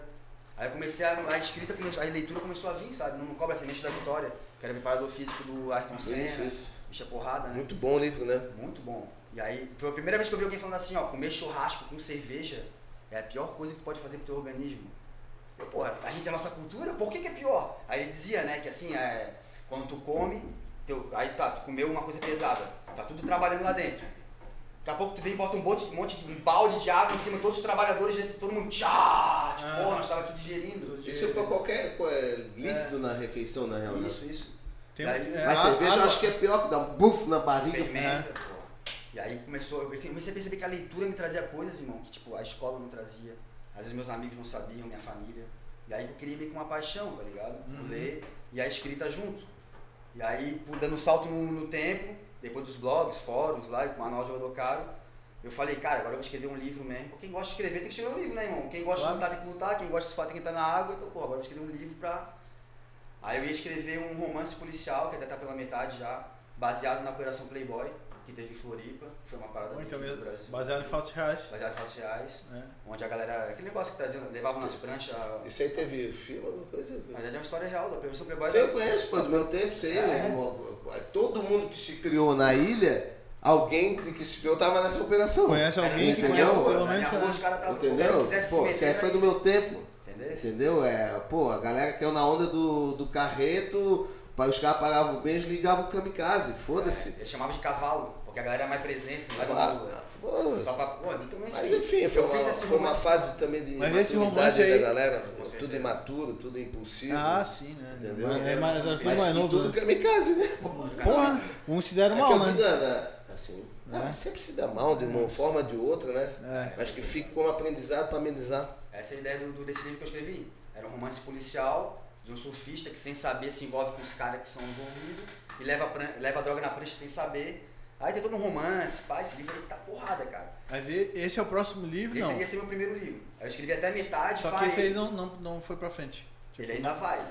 Aí eu comecei a, a escrita, começou, a leitura começou a vir, sabe? Nuno Cobra, a Semente da Vitória, que era preparador físico do Ayrton Senna. Isso, isso. Bicha porrada, né? Muito bom o livro, né? Muito bom. E aí, foi a primeira vez que eu vi alguém falando assim, ó, comer churrasco com cerveja é a pior coisa que tu pode fazer pro teu organismo. Eu, pô, a gente, a nossa cultura, por que que é pior? Aí ele dizia, né, que assim, é, quando tu come, teu, aí tá, tu comeu uma coisa pesada, tá tudo trabalhando lá dentro. Daqui a pouco tu vem e bota um monte, um monte de um balde de água em cima de todos os trabalhadores dentro, todo mundo tchá, tipo, Ah. porra, nós tava aqui digerindo. Isso é pra qualquer co- é, líquido É. na refeição, na real. né? Isso, isso. Tem- Daí- é, Mas a- cerveja eu água. acho que é pior, que dá um buf na barriga. Fermenta, pô. E aí começou, eu comecei a perceber que a leitura me trazia coisas, irmão, que tipo, a escola não trazia. Às vezes meus amigos não sabiam, minha família. E aí eu queria meio que uma paixão, tá ligado? Por ler e a escrita junto. E aí, por- dando um salto no, no tempo, depois dos blogs, fóruns lá, e com o manual de jogador caro, eu falei, cara, agora eu vou escrever um livro mesmo. Pô, Quem gosta de escrever tem que escrever um livro, né, irmão? Quem gosta Claro. de lutar tem que lutar, quem gosta de surfar tem que entrar na água, então, pô, agora eu vou escrever um livro pra. Aí eu ia escrever um romance policial, que até tá pela metade já, baseado na Operação Playboy, que teve em Floripa, que foi uma parada Muito bem aqui mesmo. é do Brasil. Baseado em fatos reais. Baseado em fatos reais, né? onde a galera. Aquele negócio que traziam, levavam nas pranchas. Isso aí teve filme, alguma coisa? Na verdade é uma história real da Operação Playboy. né? Isso aí eu conheço, pô, do meu tempo, isso aí. É. né? Todo mundo que se criou na ilha, alguém que se criou tava nessa operação. Conhece alguém que Entendeu? conhece pelo Na minha menos. rua, os caras tavam- né? Entendeu? quem Pô, quisesse se isso aí meter, foi do meu tempo. Entendeu? Entendeu? É, pô, a galera que é na onda do, do carreto, pa- os caras pagavam o beijo e ligavam o kamikaze, foda-se. Ele chamava de cavalo, porque a galera é mais presença, não era Ah, mula. pô, Só pra. Pô, então mas, Mas enfim, foi eu fiz uma, esse foi uma romance- fase também de Mas esse maturidade romance aí- da galera, certeza. tudo imaturo, tudo impulsivo. Ah, sim, né? Entendeu? Mas É mais, é tudo é mas mais e novo. tudo né? kamikaze, né? Porra, uns se deram É mal, que eu né? digo, Ana, assim, ah, mas sempre se dá mal de uma forma ou de outra, né? É. Mas que fica como aprendizado para amenizar. Essa é a ideia do, do- desse livro que eu escrevi. Era um romance policial de um surfista que, sem saber, se envolve com os caras que são envolvidos e leva, a pran- leva a droga na prancha sem saber. Aí tem todo um romance, pá, esse livro aí tá porrada, cara. Mas e- esse é o próximo livro, Esse não. ia ser meu primeiro livro. Aí eu escrevi até metade, Só pá, que esse aí ele- não, não, não foi pra frente. Ele ainda vai.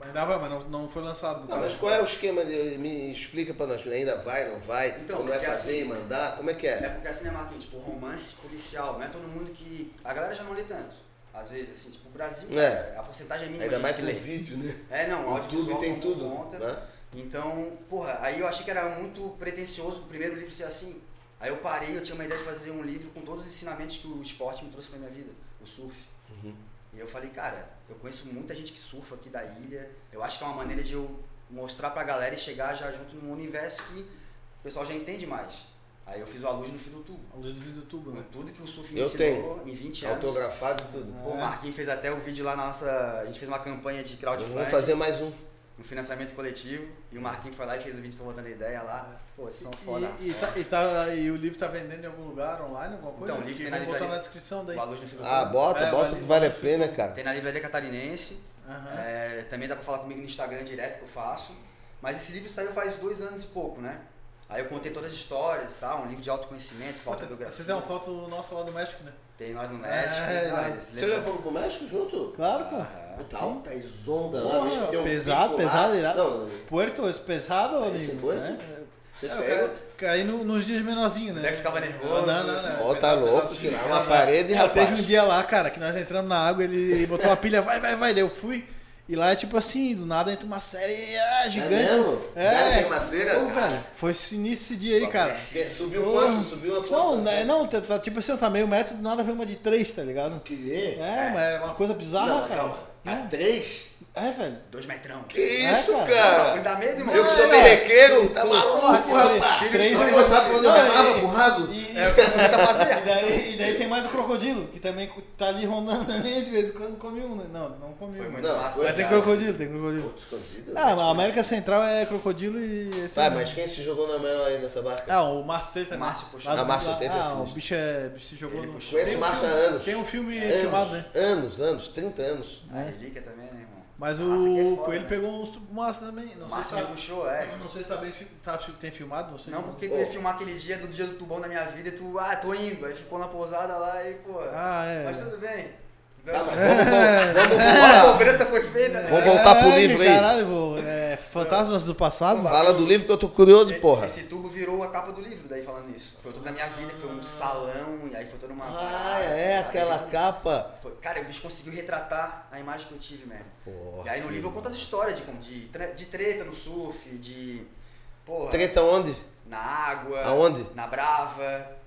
Mas dava, mas não, não foi lançado. no Tá, mas caso. qual é o esquema? de- me explica para nós. Ainda vai, não vai? Então, ou não é porque fazer e assim- mandar? Como é que É é? porque assim, né, Marquinhos? Tipo, romance policial, não é todo mundo que. A galera já não lê tanto. Às vezes, assim, tipo, o Brasil, É. cara, a porcentagem é mínima. Ainda de mais gente com que lê. vídeo, né? É, não, o YouTube audiovisual tem tomou tudo, conta. né? Então, porra, aí eu achei que era muito pretencioso o primeiro livro ser assim. Aí eu parei, eu tinha uma ideia de fazer um livro com todos os ensinamentos que o esporte me trouxe pra minha vida, o surf. Uhum. E eu falei, cara, eu conheço muita gente que surfa aqui da ilha. Eu acho que é uma maneira de eu mostrar pra galera e chegar já junto num universo que o pessoal já entende mais. Aí eu fiz o A Luz no Fio do Tubo. A luz do vídeo do tubo, Com né? tudo que o surf me Uhum. Eu ensinou em 20 anos. Autografado e tudo. Pô, o Marquinhos fez até o vídeo lá na nossa. A gente fez uma campanha de crowdfunding Vamos fazer mais um. um financiamento coletivo e o Marquinhos foi lá e fez o vídeo, tô botando a ideia lá. Pô, vocês são E- foda. E, tá- e tá- e o livro tá vendendo em algum lugar online, alguma coisa? Então, o livro Porque tem na vou botar livraria. na descrição daí. O Aluz no Fio do Ah, Tubo. bota, É, bota vale- que vale a pena, cara. Tem na Livraria Catarinense. Aham. É, também dá pra falar comigo no Instagram direto que eu faço. Mas esse livro saiu faz dois anos e pouco, né? Aí eu contei todas as histórias e tal, um livro de autoconhecimento, Pô, tem- fotobiografia. tá, Você tem uma foto nossa lá do México, né? Tem nós no México. É, tem nós, é. esse Você livro- já foram pro México junto? Claro, pô. Puta, altas ondas lá. Porra, acho que tem um pesado, pico lá. pesado, irado. Não, Puerto é pesado, amigo. Esse Puerto? né? vocês É, eu caíram... caí, caí no- nos dias menorzinhos, né? Deve ficava nervoso. Não, não, não. é Ó, tá Pesado, louco, pesado. tirar uma parede, Cara, rapaz. Teve um dia lá, cara, que nós entramos na água, ele botou uma pilha, vai, vai, vai, daí eu fui. E lá é tipo assim, do nada entra uma série ah, gigante. É mesmo? Cara, tem uma cera? Pô, velho, foi sinistro esse dia aí, cara. Que- Subiu Porra. quanto? Subiu a Não, quanto? né, não, tá- tá tipo assim, tá meio metro, do nada veio uma de três, tá ligado? Que é? É, mas é uma coisa bizarra, Não, cara. calma. A três? É, velho. Dois metrão. Que isso, é, cara. Não, me cara? dá medo, irmão. Eu que sou Não, não. merrequeiro, tá maluco, Porra, rapaz? três- Eu três- não sabe pra onde eu Não, remava, e- pro raso? E, É o que você tá E fazendo. daí, e daí tem mais o crocodilo, que também tá ali rondando ali, de vez em quando come um, né? Não, não come Foi um. muito Mas Não, massa. né? foi- tem cara. crocodilo, tem crocodilo. Outro escondido, Ah, mas outro a América Central é crocodilo e. esse Tá, é- mas quem se jogou na maior aí nessa barca? Ah, o Márcio Teta. né? Márcio puxou. Lá do- Ah, Márcio lá- Teta, Ah, sim. o bicho, é, bicho se jogou Ele no. puxou. Conheço Tem um Márcio há filme- anos. Tem um filme anos, filmado, né? Anos, anos, 30 anos. A relíquia também, né, irmão? Mas o Massa que é foda, Coelho né? pegou uns tubos massa também. Não sei O se Márcio me tá. puxou, é. Não sei se tá bem. fi- Tá, fi- tem filmado, não sei. Não, porque tu ia filmar aquele dia do dia do tubão da minha vida e tu, ah, tô indo. Aí ficou na pousada lá e, pô. Ah, é. Mas tudo bem. Tá, mas a vamos, vamos, vamos, cobrança foi feita, né? Vamos voltar pro Ai, livro aí. Caralho, vô, é, Fantasmas do Passado. Fala do livro que eu tô curioso, Esse- porra. Esse tubo virou a capa do livro, daí falando isso. Foi o tubo da minha vida, foi um salão, e aí foi toda uma. Ah, é aquela capa. Foi- cara, o bicho conseguiu retratar a imagem que eu tive, mesmo. Porra, e aí no que livro eu conto as histórias de, como- de, tre- de treta no surf, de. Porra. Treta onde? Na água. Aonde? Na brava.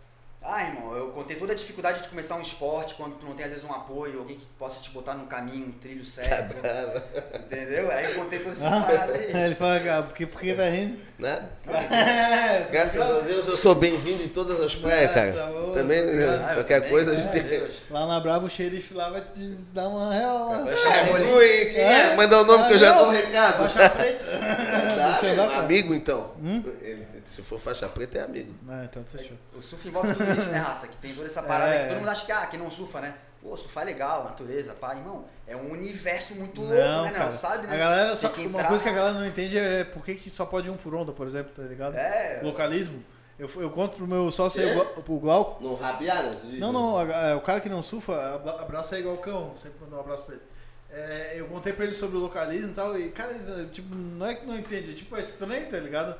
Ah, irmão, eu contei toda a dificuldade de começar um esporte quando tu não tem às vezes um apoio, alguém que possa te botar num caminho, um trilho Tá certo. entendeu? Aí eu contei toda essa Ah. parada aí. Ah, Ele fala, cara, por que, por que tá rindo? Nada. É, Né? Graças a Deus eu sou bem-vindo em todas as praias, Ah, cara. tá bom. Também, né? Ah, eu qualquer também, coisa a né? gente Deus. Lá na Brava o xerife lá vai te dar uma real. É, Rui, quem é? Manda o nome que eu já dou o recado. Baixa preto. Tá, Deixa eu é dar, cara. amigo, então. Hum? Ele- se for faixa preta, é amigo. Ah, então fechou. O surf envolve tudo isso, né, raça? Que tem toda essa parada É. que todo mundo acha que, ah, que não surfa, né? Pô, surfar é legal, natureza, pá. Irmão, é um universo muito Não, louco, né, cara. não? Sabe, né? A galera só, Tem que uma entrar- coisa que a galera não entende é por que, que só pode um por onda, por exemplo, tá ligado? É. Localismo. Eu, eu conto pro meu sócio, aí, É? o Glau- pro Glauco. Não rabiaram? você diz? Não, não, a- a- o cara que não surfa, abra- abraça aí igual cão, sempre mandou um abraço pra ele. É, eu contei pra ele sobre o localismo e tal, e cara, eles, é, tipo, não é que não entende, é tipo, é estranho, tá ligado?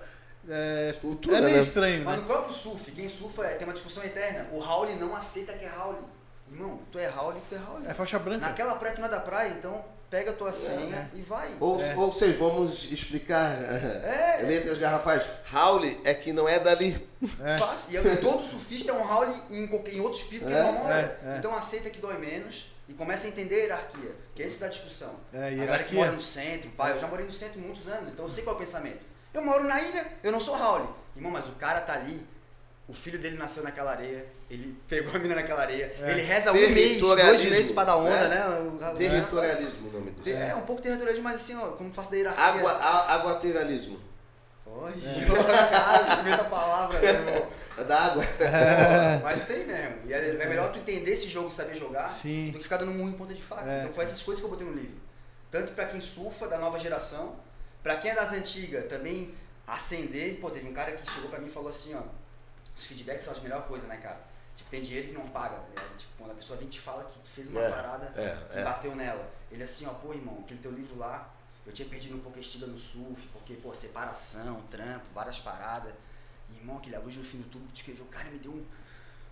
É, Cultura, é meio né? estranho, Mas né? no próprio surf, quem surfa é- tem uma discussão eterna. O Howley não aceita que é Howley. Irmão, tu é Howley, tu é Howley. É faixa branca. Naquela praia tu não é da praia, então pega a tua senha e vai. Ou, É. ou seja, vamos explicar É. letras garrafais. Howley é que não é dali. É. Fácil. E eu- todo surfista é um Howley em, qualquer- em outros picos que É, ele não mora. é, é. Então aceita que dói menos e começa a entender a hierarquia. Que é isso da discussão. É, a galera que hierarquia. mora no centro, pai, eu já morei no centro muitos anos, então eu sei qual é o pensamento. Eu moro na ilha, eu não sou Howley. Irmão, mas o cara tá ali, o filho dele nasceu naquela areia, ele pegou a mina naquela areia, É. ele reza um mês, dois Territorialismo, meses pra dar né? onda, né? O- o- Territorialismo o nome É, disso. é um pouco territorialismo, mas assim, ó, como faço da hierarquia. Água, a, aguateralismo. Olha, cara, inventa a palavra, né, irmão? É da água. Mas tem mesmo. E é, é melhor tu entender esse jogo e saber jogar Sim. do que ficar dando murro em ponta de faca. É. Então foi essas coisas que eu botei no livro. Tanto pra quem surfa da nova geração, pra quem é das antigas também acender. Pô, teve um cara que chegou pra mim e falou assim, ó. Os feedbacks são as melhores coisas, né, cara? Tipo, tem dinheiro que não paga, tá ligado? Tipo, quando a pessoa vem e te fala que tu fez uma É, parada é, que é. bateu nela. Ele assim, ó, pô, irmão, aquele teu livro lá, eu tinha perdido um pouco a estiga no surf, porque, pô, separação, trampo, várias paradas. Irmão, aquele aluno no fim do tubo que tu escreveu, cara, me deu um.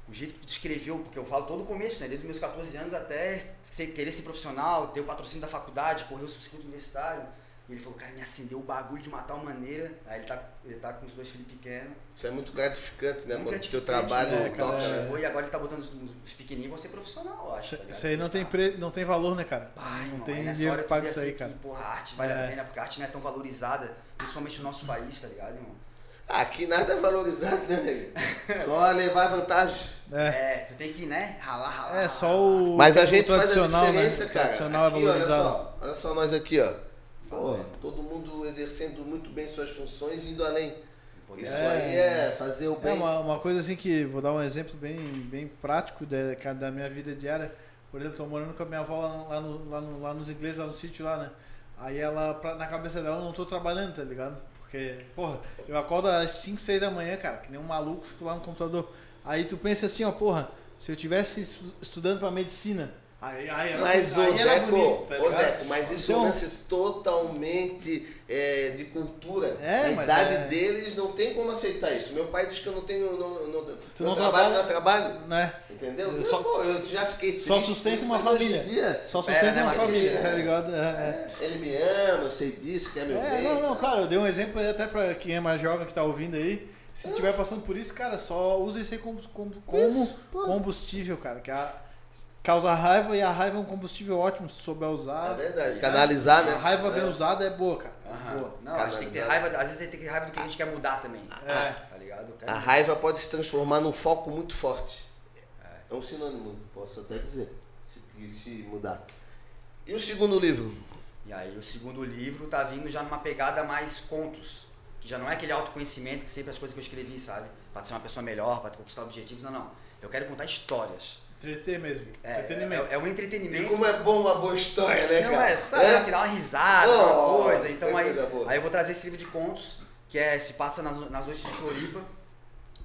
O jeito que tu descreveu, porque eu falo todo o começo, né? Desde meus 14 anos até ser- querer ser profissional, ter o patrocínio da faculdade, correr o circuito universitário. E ele falou, cara, me acendeu o bagulho de uma tal maneira. Aí ele tá, ele tá com os dois filhos pequenos. Isso é muito gratificante, né? Muito Quando o teu gratificante, trabalho né, O cara? toca. cara né? chegou e agora ele tá botando os, os pequenininhos vão ser profissional, eu acho. Isso, tá ligado? isso aí não tem, pre... não tem valor, né, cara? Pai, não irmão, aí tem nessa dinheiro hora que tu paga vê isso assim aí, cara. Que, porra, a arte vale É. a pena, porque a arte não é tão valorizada, principalmente no nosso país, tá ligado, irmão? Aqui nada é valorizado, né, nego? Só levar vantagem. É. É, tu tem que, né, ralar, ralar. É só o. Mas a o gente faz a tradicional, diferença, né? O cara. Tradicional Aqui, é valorizado. É. Olha só, olha só nós aqui, ó. Pô, Fazendo. todo mundo exercendo muito bem suas funções e indo além. Poder Isso ser. aí é fazer o É bem. uma, uma coisa assim que vou dar um exemplo bem, bem prático da, ca- da minha vida diária. Por exemplo, tô morando com a minha avó lá, lá no, lá, no- lá nos ingleses, lá no sítio lá, né? Aí ela, pra- na cabeça dela, eu não tô trabalhando, tá ligado? Porque, porra, eu acordo às 5, 6 da manhã, cara, que nem um maluco, fico lá no computador. Aí tu pensa assim, ó, porra, se eu tivesse estu- estudando pra medicina, aí, aí era, Mas, aí ô, era Deco, bonito, tá ô, ligado? Deco, mas isso é um Então- lance totalmente é, de cultura. É, a mas idade é- deles não tem como aceitar isso. Meu pai diz que eu não tenho. Não, não, Tu não não trabalho, trabalha- não é trabalho. Né? Entendeu? Eu Eu, só- pô, eu já fiquei triste. Só por sustenta isso, uma mas hoje em família. dia, Só supera, sustenta né, uma mas família, ele- tá ligado? É, é. ele me ama, eu sei disso, quer meu É, bem. não, não, claro, eu dei um exemplo aí até pra quem é mais jovem que tá ouvindo aí. Se estiver passando por isso, cara, só usa isso aí como, como, como Isso, pô. combustível, cara. Que a- causa raiva e a raiva é um combustível ótimo se souber usar. É verdade. Canalizar, né? a raiva bem É. usada é boa, cara. Aham. Boa. Não, a gente tem que ter Canalizado. raiva, às vezes a gente tem que ter raiva do que a gente quer mudar também. É. Tá ligado? Eu quero- A raiva pode se transformar num foco muito forte. É um sinônimo, posso até dizer, se, se mudar. E o segundo livro? E aí o segundo livro tá vindo já numa pegada mais contos. Que já não é aquele autoconhecimento que sempre as coisas que eu escrevi, sabe? Pra ser uma pessoa melhor, pra conquistar objetivos, não, não. Eu quero contar histórias. Entreter mesmo. É, Entretenimento. é- é um entretenimento. é bom uma boa história, né, Não, é, sabe, É? que dá uma risada, Oh, uma coisa. que Então aí, coisa boa. aí eu vou trazer esse livro de contos, que é se passa nas, nas noites de Floripa,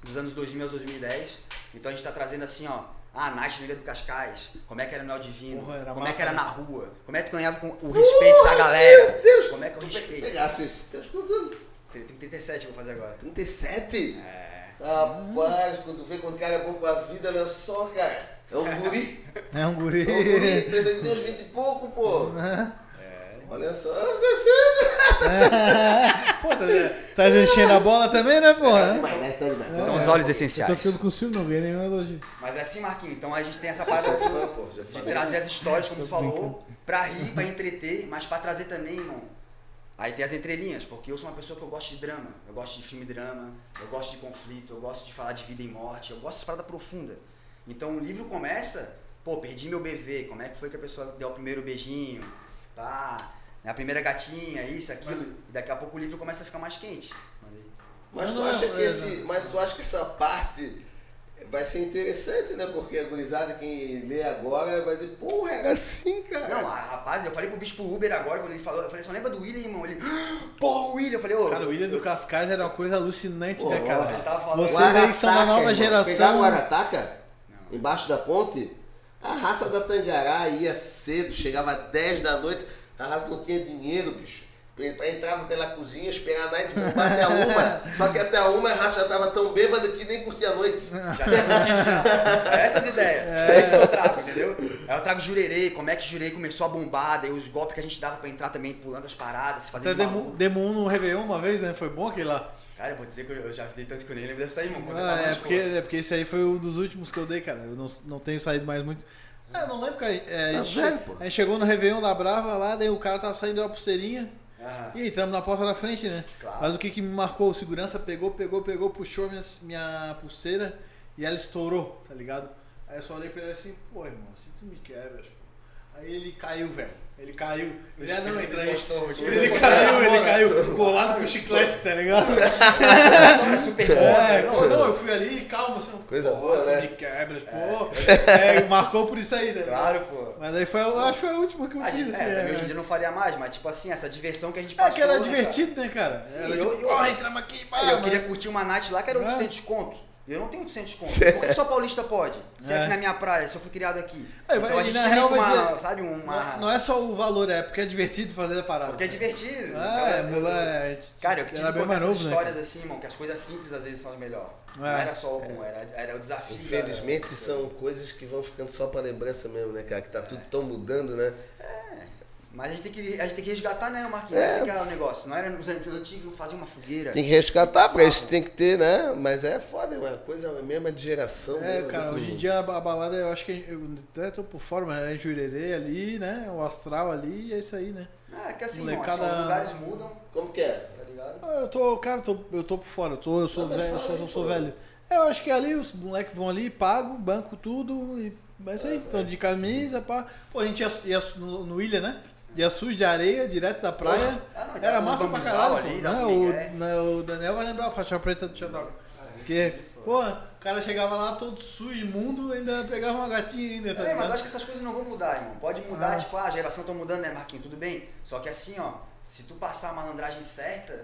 dos anos 2000 aos 2010. Então a gente tá trazendo assim, ó, ah, Nath na Ilha do Cascais, como é que era no El Divino, Porra, era como é massa, que era né? na rua, como é que tu ganhava com o respeito da galera. Meu Deus! Como é que eu Tu respeito? pegasse isso. Tem uns quantos anos? Tem tem 37 que eu vou fazer agora. 37? É. Rapaz, quando vê quando o cara é bom com a vida, olha só, cara. É um guri. É, um guri. É um guri. Pensa que tem uns 20 e pouco, pô. É. Olha só. Ah, você chega. Pô, tá, tá enchendo a bola também, né, porra? Mas, né, tá demais. São os É. olhos Eu essenciais. tô ficando com ciúme, não ganhei nenhum elogio. Mas é assim, Marquinhos, então a gente tem essa Sou parada. é fã, um pô, já de falei. trazer as histórias, como tu falou, pra rir, pra entreter, mas pra trazer também, irmão. Aí tem as entrelinhas, porque eu sou uma pessoa que eu gosto de drama, eu gosto de filme drama, eu gosto de conflito, eu gosto de falar de vida e morte, eu gosto de parada profunda. Então o livro começa, pô, perdi meu bebê, como é que foi que a pessoa deu o primeiro beijinho, pá, né, a primeira gatinha, isso, aquilo. Mas- E daqui a pouco o livro começa a ficar mais quente. Mandei. Mas tu Não, acha não, que é, esse, mas tu acha que essa parte vai ser interessante, né? Porque a gurizada, quem lê agora, vai dizer, porra, era assim, cara. Não, a- rapaz, eu falei pro bicho pro Uber agora, quando ele falou, eu falei, só lembra do William, irmão? Ele, "Ah, porra, o William, eu falei, ô, Cara, o William é do Cascais era uma coisa alucinante, né, Pô, cara? ele tava falando- Vocês aí que são da nova Pegar geração. o Arataca, embaixo da ponte, a raça da Tangará ia cedo, chegava às 10 da noite, a raça não tinha dinheiro, bicho. Entrava pela cozinha, esperava a night bombar até a uma. Só que até a uma a raça já tava tão bêbada que nem curtia a noite. um Essas ideias. É. Esse é o trago, entendeu? Aí eu trago jurerê, como é que jurerê começou a bombar, daí os golpes que a gente dava pra entrar também, pulando as paradas, se Até fazendo. demo, maluco. demo 1 no Réveillon uma vez, né? Foi bom aquele lá. Cara, eu vou dizer que eu eu já dei tanto que eu nem lembro dessa aí, mano. Quando eu Ah, tava é, na porque, escola. é porque esse aí foi um dos últimos que eu dei, cara. Eu não, não tenho saído mais muito. Ah, eu não lembro, cara. É, Tá a, gente, velho, pô. a gente chegou no Réveillon da Brava lá, daí o cara tava saindo da pulseirinha. Aham. E entramos na porta da frente, né? Claro. Mas o que, que me marcou? O segurança pegou, pegou, pegou, puxou minha, minha pulseira e ela estourou, tá ligado? Aí eu só olhei pra ele assim, pô, irmão, se tu me quebras, pô. Aí ele caiu, velho. Ele caiu. Ele, ah, não, entra aí. Gostou, gostou. Ele caiu, ele caiu. Colado com chiclete, tá ligado? Gostou, Super bom. É, né? pô, não, eu fui ali, calma, assim, Coisa pô, boa, tu né? me quebras, pô. É, marcou por isso aí, né? Claro, pô. Mas aí foi, eu acho que foi a última que eu Ah, fiz, assim. é, é. também hoje em dia eu não faria mais, mas tipo assim, essa diversão que a gente É passou. que era né, cara? divertido, né, cara? Sim, Era eu- tipo, eu- "Porra, entramos aqui, pá, Aí eu mas- queria curtir uma night lá que era Não é? 800 conto. E Eu não tenho 800 conto. Por que só paulista pode? Se é É. aqui na minha praia, se eu fui criado aqui. Aí, então vai- a e gente na tem real com vai uma, dizer- sabe, uma... Não, não é só o valor, é porque é divertido fazer a parada. Porque é divertido. Ah, é, Então, eu- moleque. Cara, eu que tive era que bem contar mais essas novo, né? histórias cara? assim, irmão, que as coisas simples às vezes são as melhores. Não É. era só o bom, era, era o desafio. Infelizmente são coisas que vão ficando só pra lembrança mesmo, né, cara? Que tá tudo tão mudando, né? era- Mas a gente tem que, a gente tem que resgatar, né, Marquinhos? Esse que era o negócio. Não era nos anos antigos, não fazia uma fogueira. É. Tem que resgatar, pra isso tem que ter, né? Mas é foda, é uma coisa mesmo de geração. É, né? cara, Muito- hoje em dia a ba- a balada, eu acho que eu até tô por fora, mas é Jurerê ali, né? O Astral ali e é isso aí, né? Ah, que assim, Molecada- irmão, só os lugares mudam, Como que é? tá ligado? Ah, Eu tô, cara, eu tô, eu tô por fora, eu, tô, eu sou Não, mas velho, eu fala sou, aí, eu sou pô. velho. Eu acho que é ali os moleques vão ali, pagam, banco tudo e é isso aí, estão de camisa, pá. Pô, a gente ia, ia no, no Ilha, né? Ia sujo de areia, direto da praia. Ah, não, Era tá massa pra bambuzal caralho, ali, pô, dá né? pra O, ligar, é. né, o Daniel vai lembrar a faixa preta do Tchadoc. Porque, pô, o cara chegava lá todo sujo, imundo, ainda pegava uma gatinha ainda, tá É, mas ligado? acho que essas coisas não vão mudar, irmão. Pode mudar, Ah. tipo, ah, a geração tá mudando, né, Marquinhos? Tudo bem. Só que assim, ó, se tu passar a malandragem certa,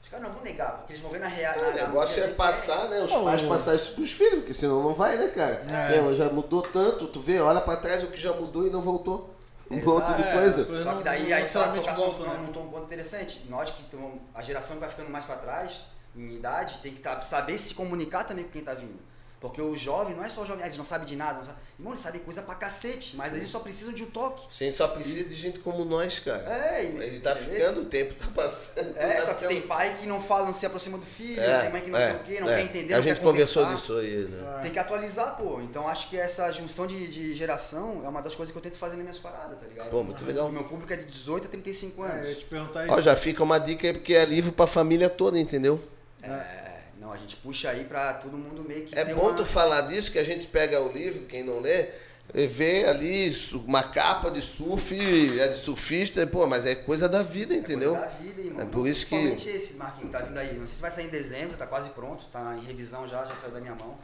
os caras não vão negar, porque eles vão ver na real. O negócio é passar, né? Os Não, pais o- passar isso pros filhos, porque senão não vai, né, cara? É. É. mas já mudou tanto, tu vê, olha pra trás o que já mudou e não voltou. Um monte de É, as coisa. coisas Só não- que daí não aí tu vai necessariamente tocar voltam, assunto, né? não, não tô um ponto interessante. Nós que estamos. A geração que vai ficando mais pra trás, em idade, tem que tá- saber se comunicar também com quem tá vindo. Porque o jovem não é só o jovem, ah, eles não sabem de nada, não sabe. Irmão, eles sabem coisa pra cacete, mas eles só precisam de um toque. A gente só precisa de gente como nós, cara. É, e- Ele tá entendeu? ficando, o tempo tá passando. É, tá só que ficando- tem pai que não fala, não se aproxima do filho, tem mãe que não sei o quê, não é. quer entender. A não quer gente conversou conversar. disso aí, É. né? Tem que atualizar, pô. Então acho que essa junção de, de geração é uma das coisas que eu tento fazer nas minhas paradas, tá ligado? Pô, muito legal. O meu público é de 18 a 35 É, eu ia anos. te perguntar isso. Ó, já fica uma dica aí, porque é livro pra família toda, entendeu? É, não, a gente puxa aí pra todo mundo meio que. É ter bom uma- tu falar disso, que a gente pega o livro, quem não lê, e vê ali su- uma capa de surf, é de surfista, pô, mas é coisa da vida, entendeu? É coisa da vida, irmão. É por isso que- Principalmente esse, Marquinhos, que tá vindo aí. Não sei se vai sair em dezembro, tá quase pronto, tá em revisão já, já saiu da minha mão.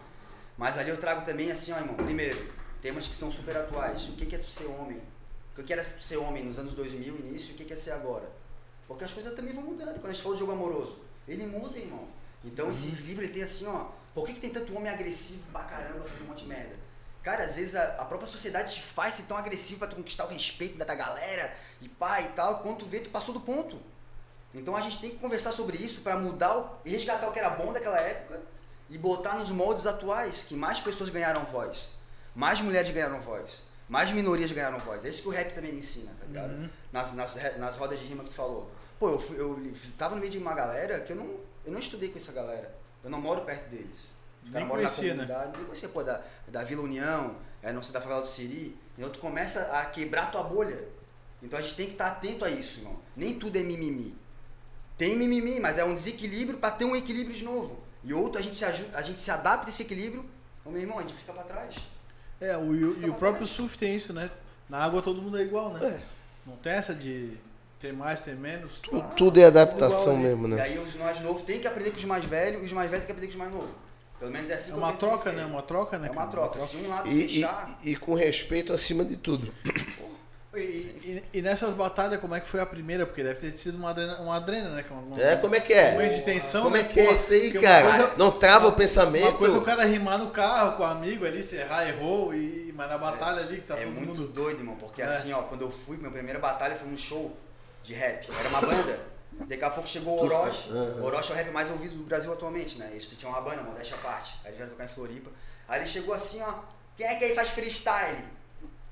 Mas ali eu trago também assim, ó, irmão. Primeiro, temas que são super atuais. O que que é tu ser homem? O que era ser homem nos anos 2000, início, e o que que é ser agora? Porque as coisas também vão mudando. Quando a gente fala de jogo amoroso, ele muda, irmão. Então Uhum. esse livro ele tem assim, ó. Por que, que tem tanto homem agressivo pra caramba fazendo um monte de merda? Cara, às vezes a, a própria sociedade te faz ser tão agressivo pra tu conquistar o respeito da, da galera e pá e tal. Quando tu vê, tu passou do ponto. Então a gente tem que conversar sobre isso pra mudar o, e resgatar o que era bom daquela época e botar nos moldes atuais, que mais pessoas ganharam voz, mais mulheres ganharam voz, mais minorias ganharam voz. É isso que o rap também me ensina, tá ligado? Uhum. Nas, nas, re- nas rodas de rima que tu falou. Pô, eu, fui- eu li- tava no meio de uma galera que eu não, eu não estudei com essa galera. Eu não moro perto deles. Nem Os caras moram na conhecia, né? comunidade, nem conhecia, pô, da, da Vila União, é, não sei, da favela do Siri. Então tu começa a quebrar tua bolha. Então a gente tem que estar atento a isso, irmão. Nem tudo é mimimi. Tem mimimi, mas é um desequilíbrio para ter um equilíbrio de novo. E outro, a gente se, aju- a gente se adapta a esse equilíbrio. Então, meu irmão, a gente fica pra trás. É, o, e, o próprio surf tem isso, né? Na água todo mundo é igual, né? Não tem essa de ter mais, ter menos. Tu- É. Tudo é adaptação Igual, né? mesmo, E né? aí os mais novos têm que aprender com os mais velhos e os mais velhos têm que aprender com os mais novos. Pelo menos é assim É como uma eu tenho troca, feito. né? Uma troca, né? É uma cara? troca. Se um lado E, fechar, e- e com respeito acima de tudo. E, e- e nessas batalhas, como é que foi a primeira? Porque deve ter sido uma adrena, uma adrena né? Que uma- É, como é que é? Um meio de tensão, Como é né? que é Pô, isso aí, porque uma cara? coisa- Não trava o Uma pensamento. coisa é o cara rimar no carro com o amigo ali, se errar, errou, e, mas na batalha ali que tá é todo muito mundo. doido, irmão. Porque É. assim, ó, quando eu fui, minha primeira batalha foi um show de rap. Era uma banda. Daqui a pouco chegou o Tusca. Orochi. Aham. O Orochi é o rap mais ouvido do Brasil atualmente, né? Eles tinham uma banda, modéstia à parte. Aí eles vieram tocar em Floripa. Aí ele chegou assim, ó. Quem é que aí faz freestyle?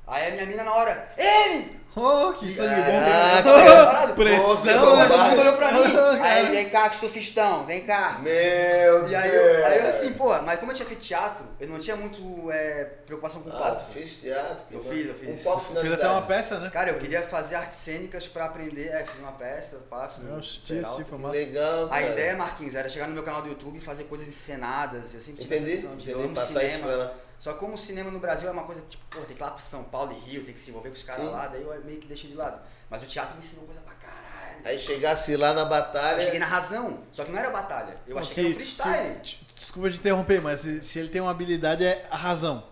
Aí a minha mina na hora. Ele! Oh, que sangue bom! Ah, tá cara. cara. Pressão! Nossa, né? Todo mundo olhou pra mim. Cara. Aí ele, vem cá, que surfistão, vem cá. Meu E aí, eu- aí eu assim, pô, mas como eu tinha feito teatro, eu não tinha muito é, preocupação com o Ah, palco. tu fez teatro? Eu pô. fiz, eu fiz. Com qual Fez finalidade? até uma peça, né? Cara, eu queria fazer artes cênicas pra aprender. É, fiz uma peça, pá, fiz um Meu, geral. xixi, foi Que massa. Legal, A cara. ideia, Marquinhos, era chegar no meu canal do YouTube e fazer coisas encenadas. Eu sempre tive Entendi, essa visão de eu entendi. amo Passar isso cinema. pra ela. Só que como o cinema no Brasil é uma coisa, tipo, pô, tem que ir lá pro São Paulo e Rio, tem que se envolver com os caras Sim. lá, daí eu meio que deixei de lado. Mas o teatro me ensinou coisa pra caralho. Aí chegasse lá na Eu cheguei batalha. na razão, só que não era batalha. Eu achei que Porque- era um freestyle. que- te- desculpa te interromper, mas se, se ele tem uma habilidade é a razão.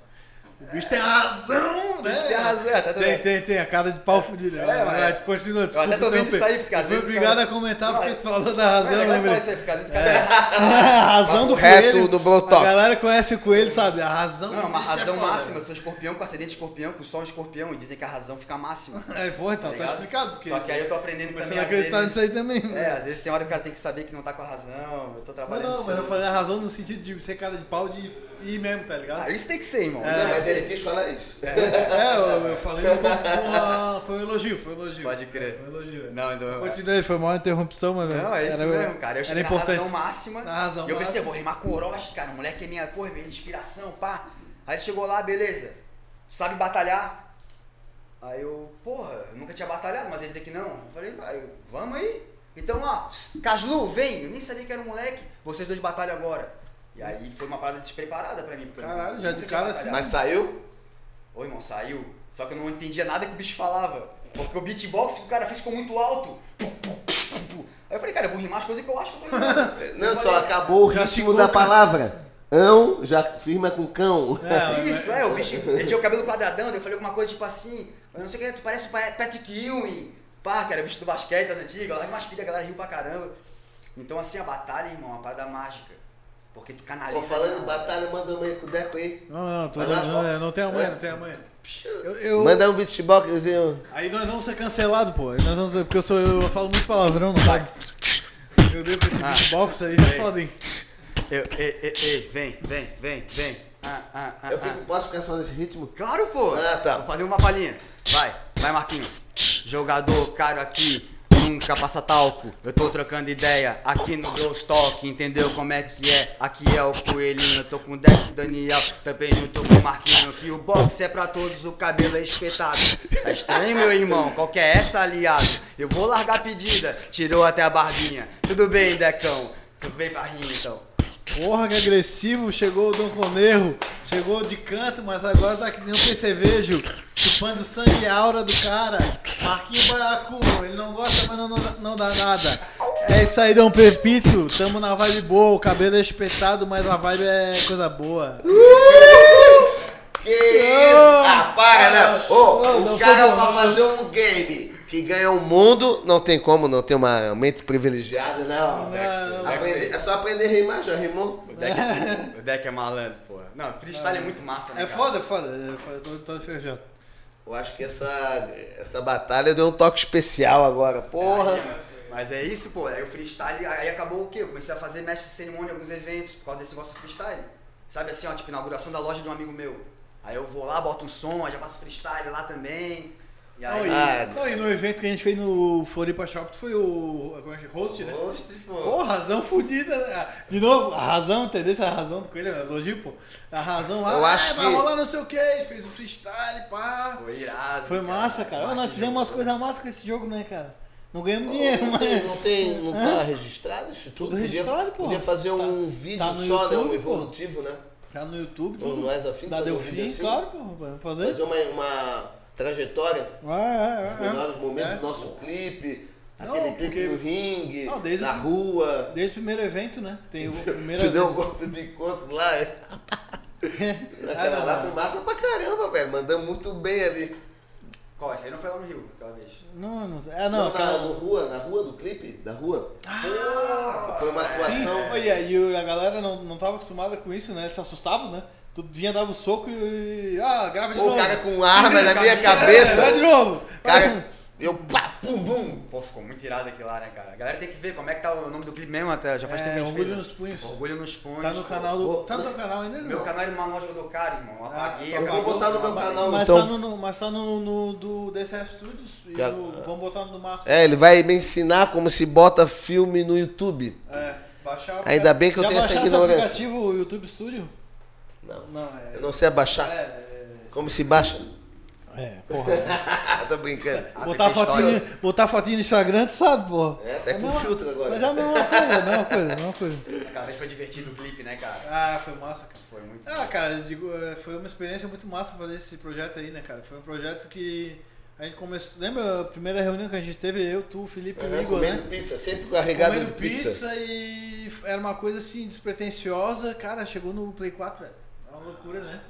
O bicho tem a razão, né? Tem a razão, tá tudo Tem, bem. tem, tem, a cara de pau fudido. É, Vai, mas- vai, Continua, desculpa. até tô vendo interromper. isso aí, porque às vezes o Obrigado cara- a comentar Não, porque é- tu falou da razão, Não é legal falar lembrei. isso aí, porque às vezes o cara- A razão do Papo reto coelho. do Botox. A galera conhece o coelho, sabe? A razão Não, é do uma bicho é razão foda. máxima. Eu sou escorpião com ascendente escorpião, com sol em escorpião, e dizem que a razão fica máxima. É, pô, então tá ligado? explicado. Porque Só que aí eu tô aprendendo começando também, a às acreditar vezes- nisso aí também. É, às vezes tem hora que o cara tem que saber que não tá com a razão, eu tô Mas trabalhando. não, isso mas eu aí. falei a razão no sentido de ser cara de pau de ir mesmo, tá ligado? Ah, isso tem que ser, irmão. Não, Isso mas tem que ele quis falar isso. É, eu, eu falei com uma, foi um elogio, foi um elogio. Pode crer. É, Foi um elogio. ser. é. Não, então. Continuei, foi uma interrupção, mas. Não, é isso mesmo, cara. Eu era cheguei na importante. razão máxima. Na razão e eu pensei, máxima. vou rimar com o Orochi, cara. O moleque é minha, porra, minha inspiração, pá. Aí ele chegou lá, beleza. Tu sabe batalhar? Aí eu, porra, eu nunca tinha batalhado, mas ele dizia que não. Eu falei, vai, vamos aí. Então, ó, Caslu, vem. Eu nem sabia que era um moleque. Vocês dois batalham agora. E aí foi uma parada despreparada pra mim. Porque eu Caralho, já nunca de tinha cara assim. batalhado. Mas saiu? Ô irmão, saiu. Só que eu não entendia nada que o bicho falava. Porque o beatbox que o cara fez ficou muito alto. Pu, pu, pu, pu, pu. Aí eu falei, cara, eu vou rimar as coisas que eu acho que eu tô rimando. Não, Eu só falei, acabou o Já ritmo ficou, da cara. palavra. Ão já firma com cão. É, Isso, é, o bicho. Ele tinha o cabelo quadradão, daí eu falei alguma coisa tipo assim. Eu não sei o que, tu parece o Pa- Patrick Ewing. Pá, cara, bicho do basquete das antigas. Lá de umas filhas, a galera riu pra caramba. Então, assim, a batalha, irmão, é uma parada mágica. Porque tu canaliza. Pô, falando em cara. batalha, manda uma aí com o Deco aí. Não, não, tô Vai lá, dando- não, box. é, não tem amanhã, não tem amanhã. Eu, eu- Manda um beatboxzinho. Aí nós vamos ser cancelados, pô. Aí nós vamos- porque eu, sou, eu falo muito palavrão, não sabe? Meu Deus, esse Ah. beatbox aí é foda, hein? Eu, ei, ei, ei, vem, vem, vem, vem. Ah, ah, ah, Eu ah. fico, posso ficar só nesse ritmo? Claro, pô. Ah, tá. Vou fazer uma palhinha. Vai, vai, Marquinho. Jogador caro aqui, nunca passa talco. Eu tô trocando ideia aqui no Ghost Talk, entendeu como é que é? Aqui é o Coelhinho, eu tô com o Deck Daniel, também eu tô com o Marquinho. Que o box é pra todos, o cabelo é espetado. Tá estranho, meu irmão? Qual que é essa, aliado? Eu vou largar a pedida, tirou até a barbinha. Tudo bem, Decão? Tu vem pra rima, então. Porra, que agressivo, chegou o Dom Conerro, chegou de canto, mas agora tá que nem um percevejo, chupando sangue e aura do cara. Marquinho Baiacu, ele não gosta, mas não, não- não dá nada. É isso aí, Dom Pepito, tamo na vibe boa, o cabelo é espetado, mas a vibe é coisa boa. Que isso? Ah, para, né? Ô, Não, o não cara foi bom. pra fazer um game que ganha o mundo, não tem como não ter uma mente privilegiada, né? ó. não. Aprender- é só aprender a rimar, já rimou? O Deck, é- o Deck é malandro, porra. Não, freestyle é muito massa, né? É cara? foda, é foda, é foda, tô, tô feijão. Eu acho que essa, essa batalha deu um toque especial agora, porra. Mas é isso, pô. Aí o freestyle, aí acabou o quê? Eu comecei a fazer mestre de cerimônia em alguns eventos por causa desse negócio do freestyle. Sabe assim, ó, tipo, inauguração da loja de um amigo meu. Aí eu vou lá, boto um som, aí já faço freestyle lá também. E Não, aí. e, Ah, não, e no evento que a gente fez no Floripa Shop, tu foi o como é que é? host, né? Host, pô. Pô, razão fodida. né? De novo, a razão, entendeu? Essa razão do Coelho, elogio, pô. A razão lá, Eu acho "Ah, vai que- rolar não sei o que, fez o freestyle, pá. Foi irado. Foi massa, cara. Ó, nós Marquinhos fizemos umas jogou. coisas massas com esse jogo, né, cara? Não ganhamos dinheiro, não, tem, não, É, mas... tem, não tá registrado isso tudo? Tudo registrado, podia, porra. Podia fazer Tá- um vídeo tá no só, né? YouTube, Um pô. evolutivo, né? Tá no YouTube, Ou tudo. não és afim de Da fazer um Delfim, vídeo assim? claro, pô. Vamos fazer. Fazer uma, uma trajetória, Vai, vai, os vai. melhores momentos É. do nosso clipe, Não, Aquele clipe porque- no ringue, Não, desde- na rua. Desde o primeiro evento, né? Tem o primeiro Te deu um vez- golpe de encontro lá. é. Aquela não, lá não. foi massa pra caramba, velho. Mandamos muito bem ali. Qual? Essa aí não foi lá no Rio, aquela vez. Não, não sei. Ah, um Não, não, na aquela. no rua, na rua do clipe, da rua. Ah! foi uma Sim, atuação. olha, e o- a galera não, não tava acostumada com isso, né? Eles se assustavam, né? Tu vinha, dava o soco e. e- Ah, grava de Pô, novo. o cara com arma na minha É, vai de cabeça. novo. Cara, eu pá, pum, bum. Pum! Pô, ficou muito irado aquilo lá, né, cara? A galera tem que ver como é que tá o nome do clipe mesmo até. Já faz É, tempo que a gente Orgulho fez, né? nos Punhos. Orgulho nos punhos. Tá no pô. canal do. Pô, Tá no teu canal ainda, Meu irmão? canal é do Manual Jodocário, irmão. Eu Ah, apaguei. então eu vou acabou, botar no meu apaguei. canal. Mas Então- tá no, no- mas tá no, no do DCF Studios e Já- no- vamos botar no do Marcos. É, ele vai me ensinar como se bota filme no YouTube. É, baixar o- Ainda bem que eu Já tenho essa baixaram esse ignorância. aplicativo, o YouTube Studio? Não. Não, é. Eu não sei abaixar. Como se baixa? É, porra. Ah, tô brincando. botar, tem fotinho, botar fotinho no Instagram, tu sabe, porra. É, até a com mesma- filtro agora. Mas é a mesma coisa, a mesma coisa, é a mesma coisa. Aquela vez foi divertido o clipe, né, cara? Ah, foi massa, cara. Foi muito. Ah, cara, eu digo, eh, foi uma experiência muito massa fazer esse projeto aí, né, cara? Foi um projeto que a gente começou. Lembra a primeira reunião que a gente teve? Eu, tu, Felipe e o Igor, né? comendo pizza, sempre carregado comendo de pizza. pizza. e f- era uma coisa assim, despretensiosa. Cara, chegou no Play 4, velho. É uma loucura, né?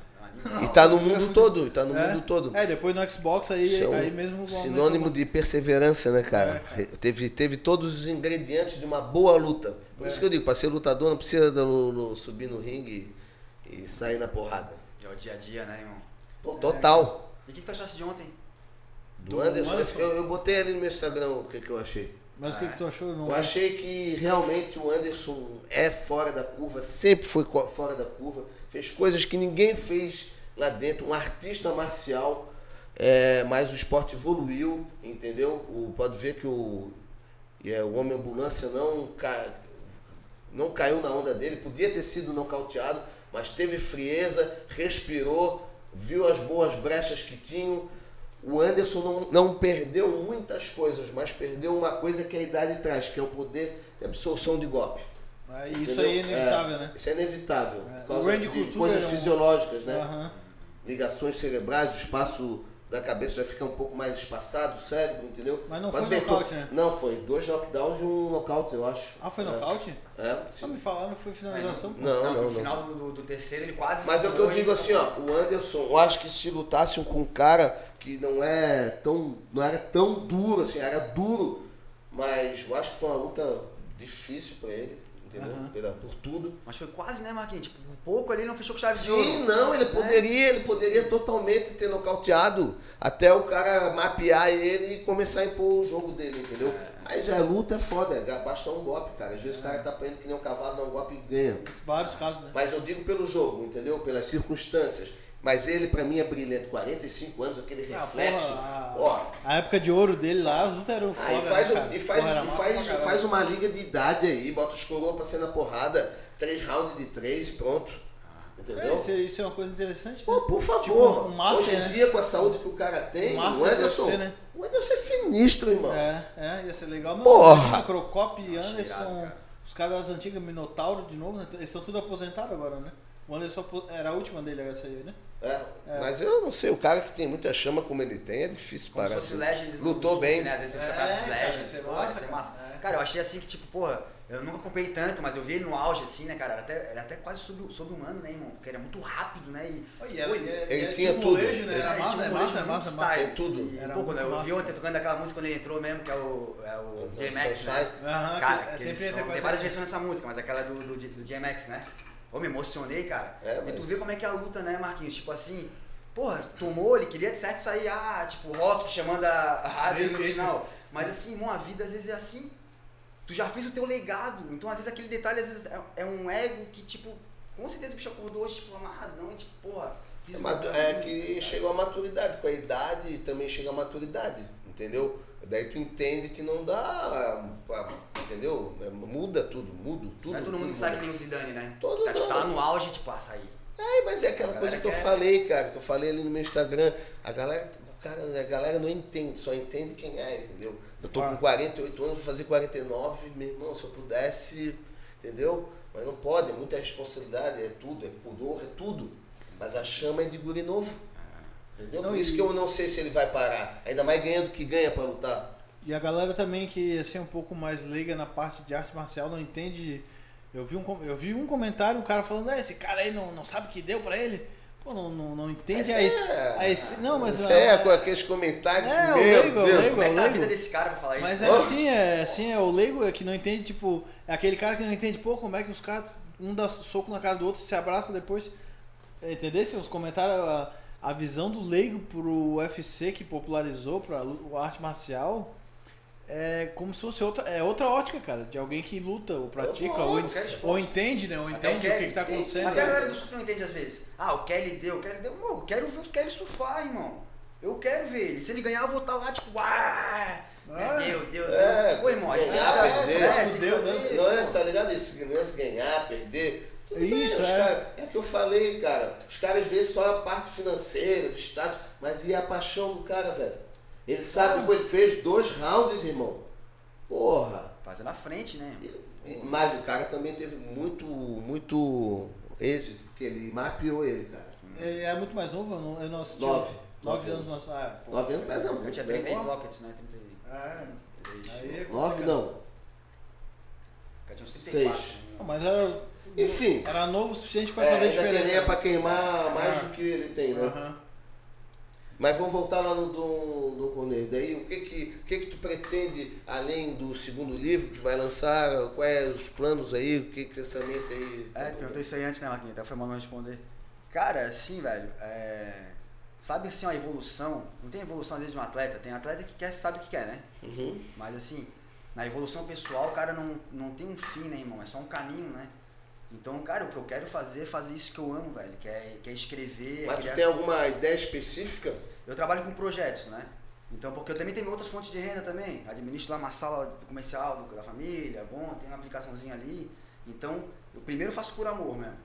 E tá no mundo todo, tá no é? mundo todo. É, depois no Xbox aí, Isso é um aí mesmo. sinônimo de perseverança, né, cara? É, Teve, teve todos os ingredientes de uma boa luta. Por É. isso que eu digo, pra ser lutador não precisa do- do- subir no ringue e sair na porrada. É o dia a dia, né, irmão? É. Pô, total. E o que, que tu achaste de ontem? Do Do Anderson, Anderson. Eu, eu botei ali no meu Instagram o que, que eu achei. Mas o que, que tu achou? Não... Eu achei que realmente o Anderson é fora da curva, sempre foi co- fora da curva, fez coisas que ninguém fez lá dentro, um artista marcial, é, mas o esporte evoluiu, entendeu? O, pode ver que o, é, o homem ambulância não, ca- não caiu na onda dele, podia ter sido nocauteado, mas teve frieza, respirou, viu as boas brechas que tinham. O Anderson não, não perdeu muitas coisas, mas perdeu uma coisa que a idade traz, que é o poder de absorção de golpe. Aí isso Entendeu? aí é inevitável, né? Isso é inevitável. É. Por causa O Randy de Couture coisas era um- fisiológicas, né? Aham. Ligações cerebrais, o espaço da cabeça vai ficar um pouco mais espaçado, o cérebro, entendeu? Mas não foi vem, nocaute, tu- né? Não, foi dois knockdowns e um nocaute, eu acho. Ah, foi É. nocaute? Ah, É, Só sim. me falaram que foi finalização. Não, não, no não. final do, do- do terceiro ele quase. Mas é o que eu segurou digo ele. assim, ó, o Anderson, eu acho que se lutasse com um cara que não é tão. não era tão duro, assim, era duro, mas eu acho que foi uma luta difícil pra ele, entendeu? Aham. Pela- por tudo. Mas foi quase, né, Marquinhos? Tipo, um pouco ali não fechou com chave de ouro. Sim, não, ele Né? poderia, ele poderia totalmente ter nocauteado até o cara mapear ele e começar a impor o jogo dele, entendeu? Mas a luta é foda, basta um golpe, cara. Às vezes o cara tá apanhando que nem um cavalo, dá um golpe e ganha. Vários casos, né? Mas eu digo pelo jogo, entendeu? Pelas circunstâncias. Mas ele, pra mim, é brilhante. 45 anos, aquele Ah, reflexo. porra, ó. A época de ouro dele lá, as lutas eram foda. Aí faz, né, o- cara? Ah, e faz, Porra, era e massa pra faz, caralho. faz uma liga de idade aí, bota os coroa pra ser na porrada, três rounds de três e pronto. É, Entendeu? isso, é- isso é uma coisa interessante. Pô, Né? por favor. Tipo, um master, Hoje em né? dia, com a saúde que o cara tem, Um o master Anderson. UFC, né? O Anderson é sinistro, irmão. É, é, ia ser legal. Mas Porra! Tá Crocop, irado, Anderson, cara. os caras das antigas, Minotauro de novo, né? Eles são tudo aposentados agora, né? O Anderson apo- era a última dele, essa aí, né? É, Mas eu não sei, o cara que tem muita chama como ele tem, é difícil Como se parar. fosse assim. Legends do- do Lutou Sul, bem. Né? Às vezes tem os É, campeonatos cara, Legends. ia ser pô, massa, ia ser cara. massa. É. Cara, eu achei assim que, tipo, porra, eu nunca acompanhei tanto, mas eu vi ele no auge, assim, né, cara? Era até, era até quase sobre, sobre-humano, né, irmão? Porque era muito rápido, né? E, é- Pô, ele tinha tudo. Ele- Era massa, é ele tinha um massa, é molejo massa, é muito massa. style. style. Tem tudo. E, Era pô, quando muito eu vi massa. ontem tocando aquela música quando ele entrou mesmo, que é o, é o DMX, Sai. né? Aham, que- Cara, é sempre eles são- entra com tem essa- várias versões dessa música, mas aquela é do, do, do DMX, né? Eu me emocionei, cara. É, E tu mas- vê como é que é a luta, né, Marquinhos? Tipo assim, porra, tomou, ele queria de certo sair, ah, tipo, rock chamando a a rádio no Ele- ele- final. Mas assim, irmão, a vida às vezes é assim. Tu já fez o teu legado, então às vezes aquele detalhe às vezes é, é um ego que, tipo, com certeza o bicho acordou hoje, tipo, amarradão, e, tipo, porra, tá fiz É o matu- meu É caminho, que cara. chegou a maturidade, com a idade também chega a maturidade, entendeu? Daí tu entende que não dá, ah, ah, entendeu? É, Muda tudo, muda tudo. Não é todo tudo mundo muda. que sai que nem o Zidane, né? Todo tá, tipo, tá lá mundo. no auge, tipo, ah, saí. É, mas é aquela A coisa galera que eu quer- falei, cara, que eu falei ali no meu Instagram. A galera, o cara, a galera não entende, só entende quem é, entendeu? Eu tô com Claro. 48 anos, vou fazer 49, meu irmão, se eu pudesse, entendeu? Mas não pode, é muita responsabilidade, é tudo, é pudor, é tudo. Mas a chama é de guri novo. Entendeu? Não, Por isso e- que eu não sei se ele vai parar. Ainda mais ganhando que ganha pra lutar. E a galera também que assim, é um pouco mais leiga na parte de arte marcial não entende. Eu vi um, com- eu vi um comentário, um cara falando, "Ah, esse cara aí não, não sabe o que deu pra ele. Pô, não, não, não entende a, es- a es- Não, mas. Isso a- é, com aqueles comentários. É, o meu leigo, o Deus. leigo. Como é que tá a vida lembro. desse cara pra falar Mas isso? é Ô. assim, é assim, é o leigo é que não entende, tipo, é aquele cara que não entende, pô, como é que os caras, um dá soco na cara do outro, se abraça depois. Entendesse? Os comentários, a, a visão do leigo pro UFC que popularizou pra lu- a arte marcial é como se fosse outra, é outra ótica, cara, de alguém que luta ou pratica, ou, ótica, é esporte. ou entende, né? Ou entende o que, que tá entende. acontecendo. Até a né? galera do surf não entende às vezes. Ah, o Kelly deu, o Kelly deu. Mô, eu quero ver o Kelly surfar, irmão. Eu quero ver ele. Se ele ganhar, eu vou estar lá, tipo, ah! Ah, Deu, deu, é, deu. Ô, irmão, a gente tem que ganhar, saber, perder, né? Tem que deu, né? saber. Não, é, tá ligado? Esse criança ganhar, perder. Tudo bem, Isso, os é. cara- é que eu falei, cara. Os caras veem só a parte financeira, do status, mas e a paixão do cara, velho? Ele sabe Ah. que ele fez dois rounds, irmão. Porra. Fazendo a frente, né? E- Mas o cara também teve muito, muito êxito, porque ele mapeou ele, cara. Ele é muito mais novo, eu não, eu não assisti. Nove. Nove Nove anos. anos. nossa, Ah, pô. Nove anos pesa muito. Eu tinha né? 30 e pockets, né? 33. Ah, aí é Nove complicado. não. Cara, tinha uns Seis. 34. né? Não, Mas era. Enfim. Era novo o suficiente pra É, fazer a ainda diferença. queria pra queimar mais Ah. do que ele tem, né? Aham. Mas vamos voltar lá no Dom, Dom Corneiro. Daí, o que que, o que que tu pretende, além do segundo livro que vai lançar? Quais os planos aí? O que que pensamento aí? É, tu perguntou isso aí antes, né, Marquinhos? Até foi mal não responder. Cara, assim, velho, é... sabe assim, a evolução, não tem evolução às vezes de um atleta, tem atleta que quer, sabe o que quer, né? Uhum. Mas assim, na evolução pessoal, o cara não, não tem um fim, né, irmão? É só um caminho, né? Então, cara, o que eu quero fazer é fazer isso que eu amo, velho, que é, que é escrever. é Mas tu criar- tem alguma ideia específica? Eu trabalho com projetos, né? Então, porque eu também tenho outras fontes de renda também. Administro lá uma sala comercial do- da família, bom, tem uma aplicaçãozinha ali. Então, eu primeiro faço por amor mesmo.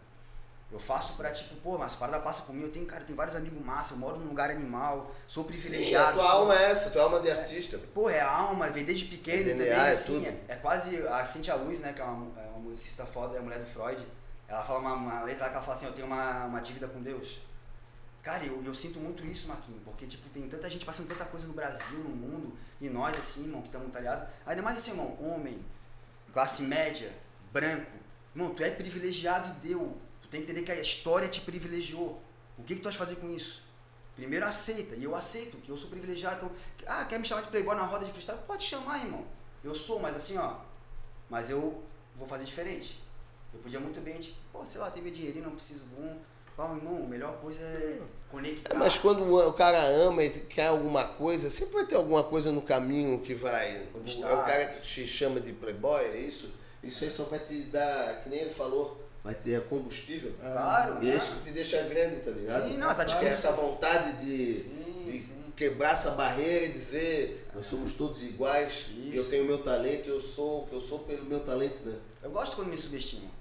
Eu faço pra tipo, pô, mas a parada passa por mim. Eu tenho, cara, eu tenho vários amigos massa, eu moro num lugar animal, sou Sim, a privilegiado. tua sou- alma é essa, tua alma de artista. Pô, é a alma, vem desde pequeno DNA, também, é assim, tudo. é, é quase a Cintia Luz, né, que é uma, é uma musicista foda, é a mulher do Freud, ela fala uma, uma letra lá que ela fala assim, eu tenho uma, uma dívida com Deus. Cara, eu, eu sinto muito isso, Marquinhos, porque, tipo, tem tanta gente passando tanta coisa no Brasil, no mundo, e nós, assim, irmão, que estamos talhados, ainda mais assim, irmão, homem, classe média, branco, irmão, tu é privilegiado e deu, tu tem que entender que a história te privilegiou, o que que tu vais fazer com isso? Primeiro aceita, e eu aceito, que eu sou privilegiado. Então, ah, quer me chamar de playboy na roda de freestyle? Pode chamar, irmão. Eu sou, mas assim, ó. Mas eu vou fazer diferente. Eu podia muito bem, tipo, pô, sei lá, tem meu dinheirinho, não preciso bom. Pau, irmão, a melhor coisa é conectar. É, mas quando o cara ama e quer alguma coisa, sempre vai ter alguma coisa no caminho que vai. Obstáculo. É o cara que te chama de playboy, é isso? Isso aí só vai te dar, que nem ele falou, vai ter combustível. Claro, E é né? isso que te deixa grande, tá ligado? Sim, não, as atitudes- É essa vontade de, Sim, de sim. quebrar essa barreira e dizer nós somos todos iguais, Isso. eu tenho meu talento, eu sou o que eu sou pelo meu talento, né? Eu gosto quando me subestimam.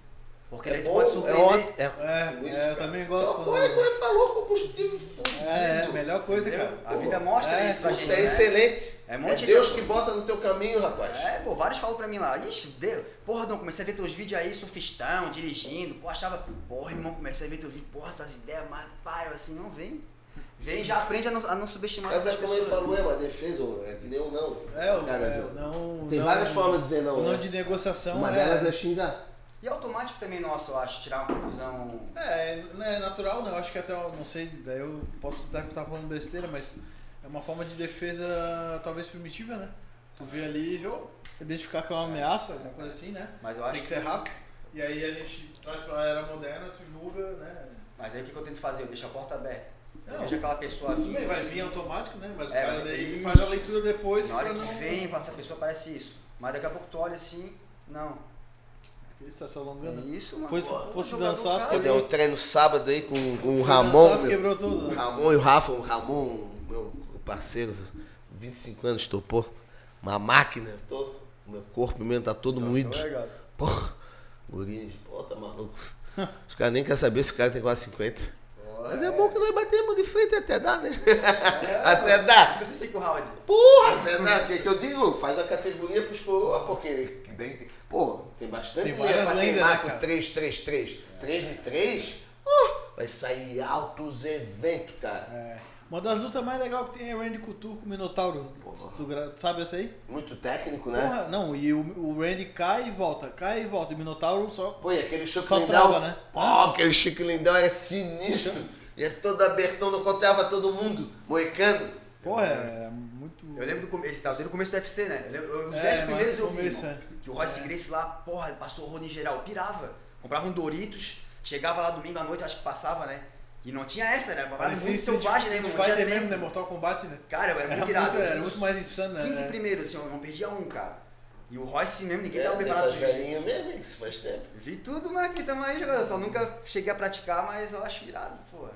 Porque É daí tu bom, pode é surpreender. ótimo. É, ótimo é, isso, eu cara. também gosto Só quando- quando ele falou combustível fudido. É, é a melhor coisa, entendeu? cara. A vida mostra É, isso pra gente. Isso é né? excelente. É É, um monte de- Deus que bota no teu caminho, rapaz. É, pô, vários falam pra mim lá, ixi, Deus, porra, não, comecei a ver teus vídeos aí, surfistão, dirigindo, pô, achava, porra, irmão, comecei a ver teus vídeos, porra, tuas ideias, mas, pai, eu assim, não vem. Vem, já aprende a não, a não subestimar Mas é essas como ele pessoas. falou, é uma defesa, é que nem um não. É, o Cara, é, o não. tem não- várias formas de dizer não, O não né? de negociação Uma é, delas é xingar. E automático também nosso, eu acho, tirar uma conclusão. É, né, é natural, né? Eu acho que até, eu não sei, daí eu posso até estar falando besteira, mas é uma forma de defesa talvez primitiva, né? Tu vê ali, eu identificar que é uma ameaça, alguma coisa assim, né? Mas eu Tem acho que ser rápido. E aí a gente traz pra era moderna, tu julga, né? Mas aí o que, que eu tento fazer? Eu deixo a porta aberta. Eu Não. vejo aquela pessoa Tudo vindo. bem, vai vir automático, né? Mas o É, cara mas daí isso. faz a leitura depois Na hora pra que não. vem, essa pessoa parece isso. Mas daqui a pouco tu olha assim, não. Ele está tá se É alongando. né? Isso, mano. Foi- pô, fosse jogador, dançar, cara. as Eu dei um treino sábado aí com, com o Foi Ramon. dançar, meu- quebrou tudo. O Ramon e o Rafa, o Ramon, meu parceiro, 25 anos, topou. Uma máquina. Tô, meu corpo mesmo tá todo moído. Tá legal. Porra, Gurinho, pô, tá maluco. Os caras nem querem saber se o cara tem quase 50. Mas é bom que nós batemos de frente até dá, né? até dá. Precisa ser cinco rounds. Porra, até dá. O É que, que eu digo? Faz a categoria pros coroa, porque. que daí tem- Pô, tem bastante. Tem várias pra lendas, queimar né, cara? com 3, 3, 3. 3 de 3? Oh, vai sair altos eventos, cara. É. Uma das lutas mais legais que tem é Randy Couture com o Minotauro. Porra. Tu gra- sabe essa aí? Muito técnico, né? Porra, não, e o, o Randy cai e volta, cai e volta. E o Minotauro só. Pô, e aquele Chico Só Lindão. trava, né? Pô, aquele Chico Lindão era sinistro. E é todo abertão, não contava todo mundo. Moicano. Porra, é muito. Eu lembro do começo, tá, eu sei do começo do UFC, né? Eu lembro, eu- os É, 10 mas primeiros no eu vi, começo, irmão, é. que o Royce Grace lá, porra, passou o rodo em geral, eu pirava. Comprava um Doritos, chegava lá domingo à noite, acho que passava, né? E não tinha essa, né? Uma parada Parecia muito Street- selvagem, né? irmão? Não Street tinha Fighter mesmo, tempo. né? Mortal Kombat, né? Cara, eu era, Era muito irado. muito- eu era uns muito mais insano, né? 15 É. primeiros, assim, eu não perdia um, cara. E o Royce mesmo, ninguém É, tava preparado das pra isso. velhinhas mesmo, que isso faz tempo. Vi tudo, mas aqui tamo aí jogando. Eu Só nunca cheguei a praticar, mas eu acho irado, pô.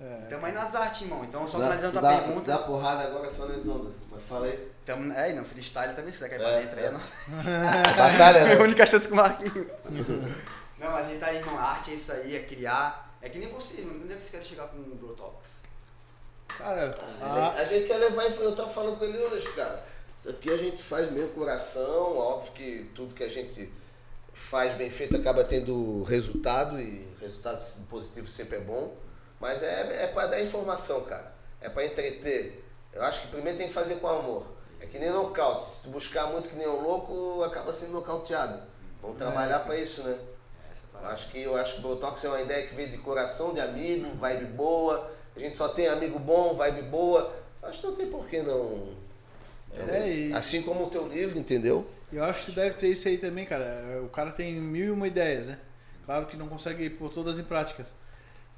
É. Tamo aí nas artes, irmão. Então, só Tu dá- finalizando tu a dá, pergunta. tu dá porrada agora só nas ondas. Mas fala aí. Tamo, é, e no freestyle também, se você quer ir É, pra dentro aí, é. não. Batalha, É a né? única chance com o Marquinhos. não, mas a gente tá aí, irmão. A arte é isso aí, é criar. É que nem vocês, mano. Onde é que vocês querem chegar com o Brotox? Cara, É, a- A gente quer levar, influ- eu tava falando com ele hoje, cara. Isso aqui a gente faz meio coração, óbvio que tudo que a gente faz bem feito acaba tendo resultado e resultado positivo sempre é bom. Mas é, é para dar informação, cara. É para entreter. Eu acho que primeiro tem que fazer com amor. É que nem nocaute. Se tu buscar muito que nem um louco, acaba sendo nocauteado. Vamos trabalhar pra para isso, né? É, essa Eu parada. acho que eu acho que Botox é uma ideia que vem de coração de amigo, vibe boa. A gente só tem amigo bom, vibe boa. Acho que não tem por que não. É, e- Assim como o teu livro, entendeu? eu acho que deve ter isso aí também, cara. O cara tem mil e uma ideias, né? Claro que não consegue pôr todas em práticas.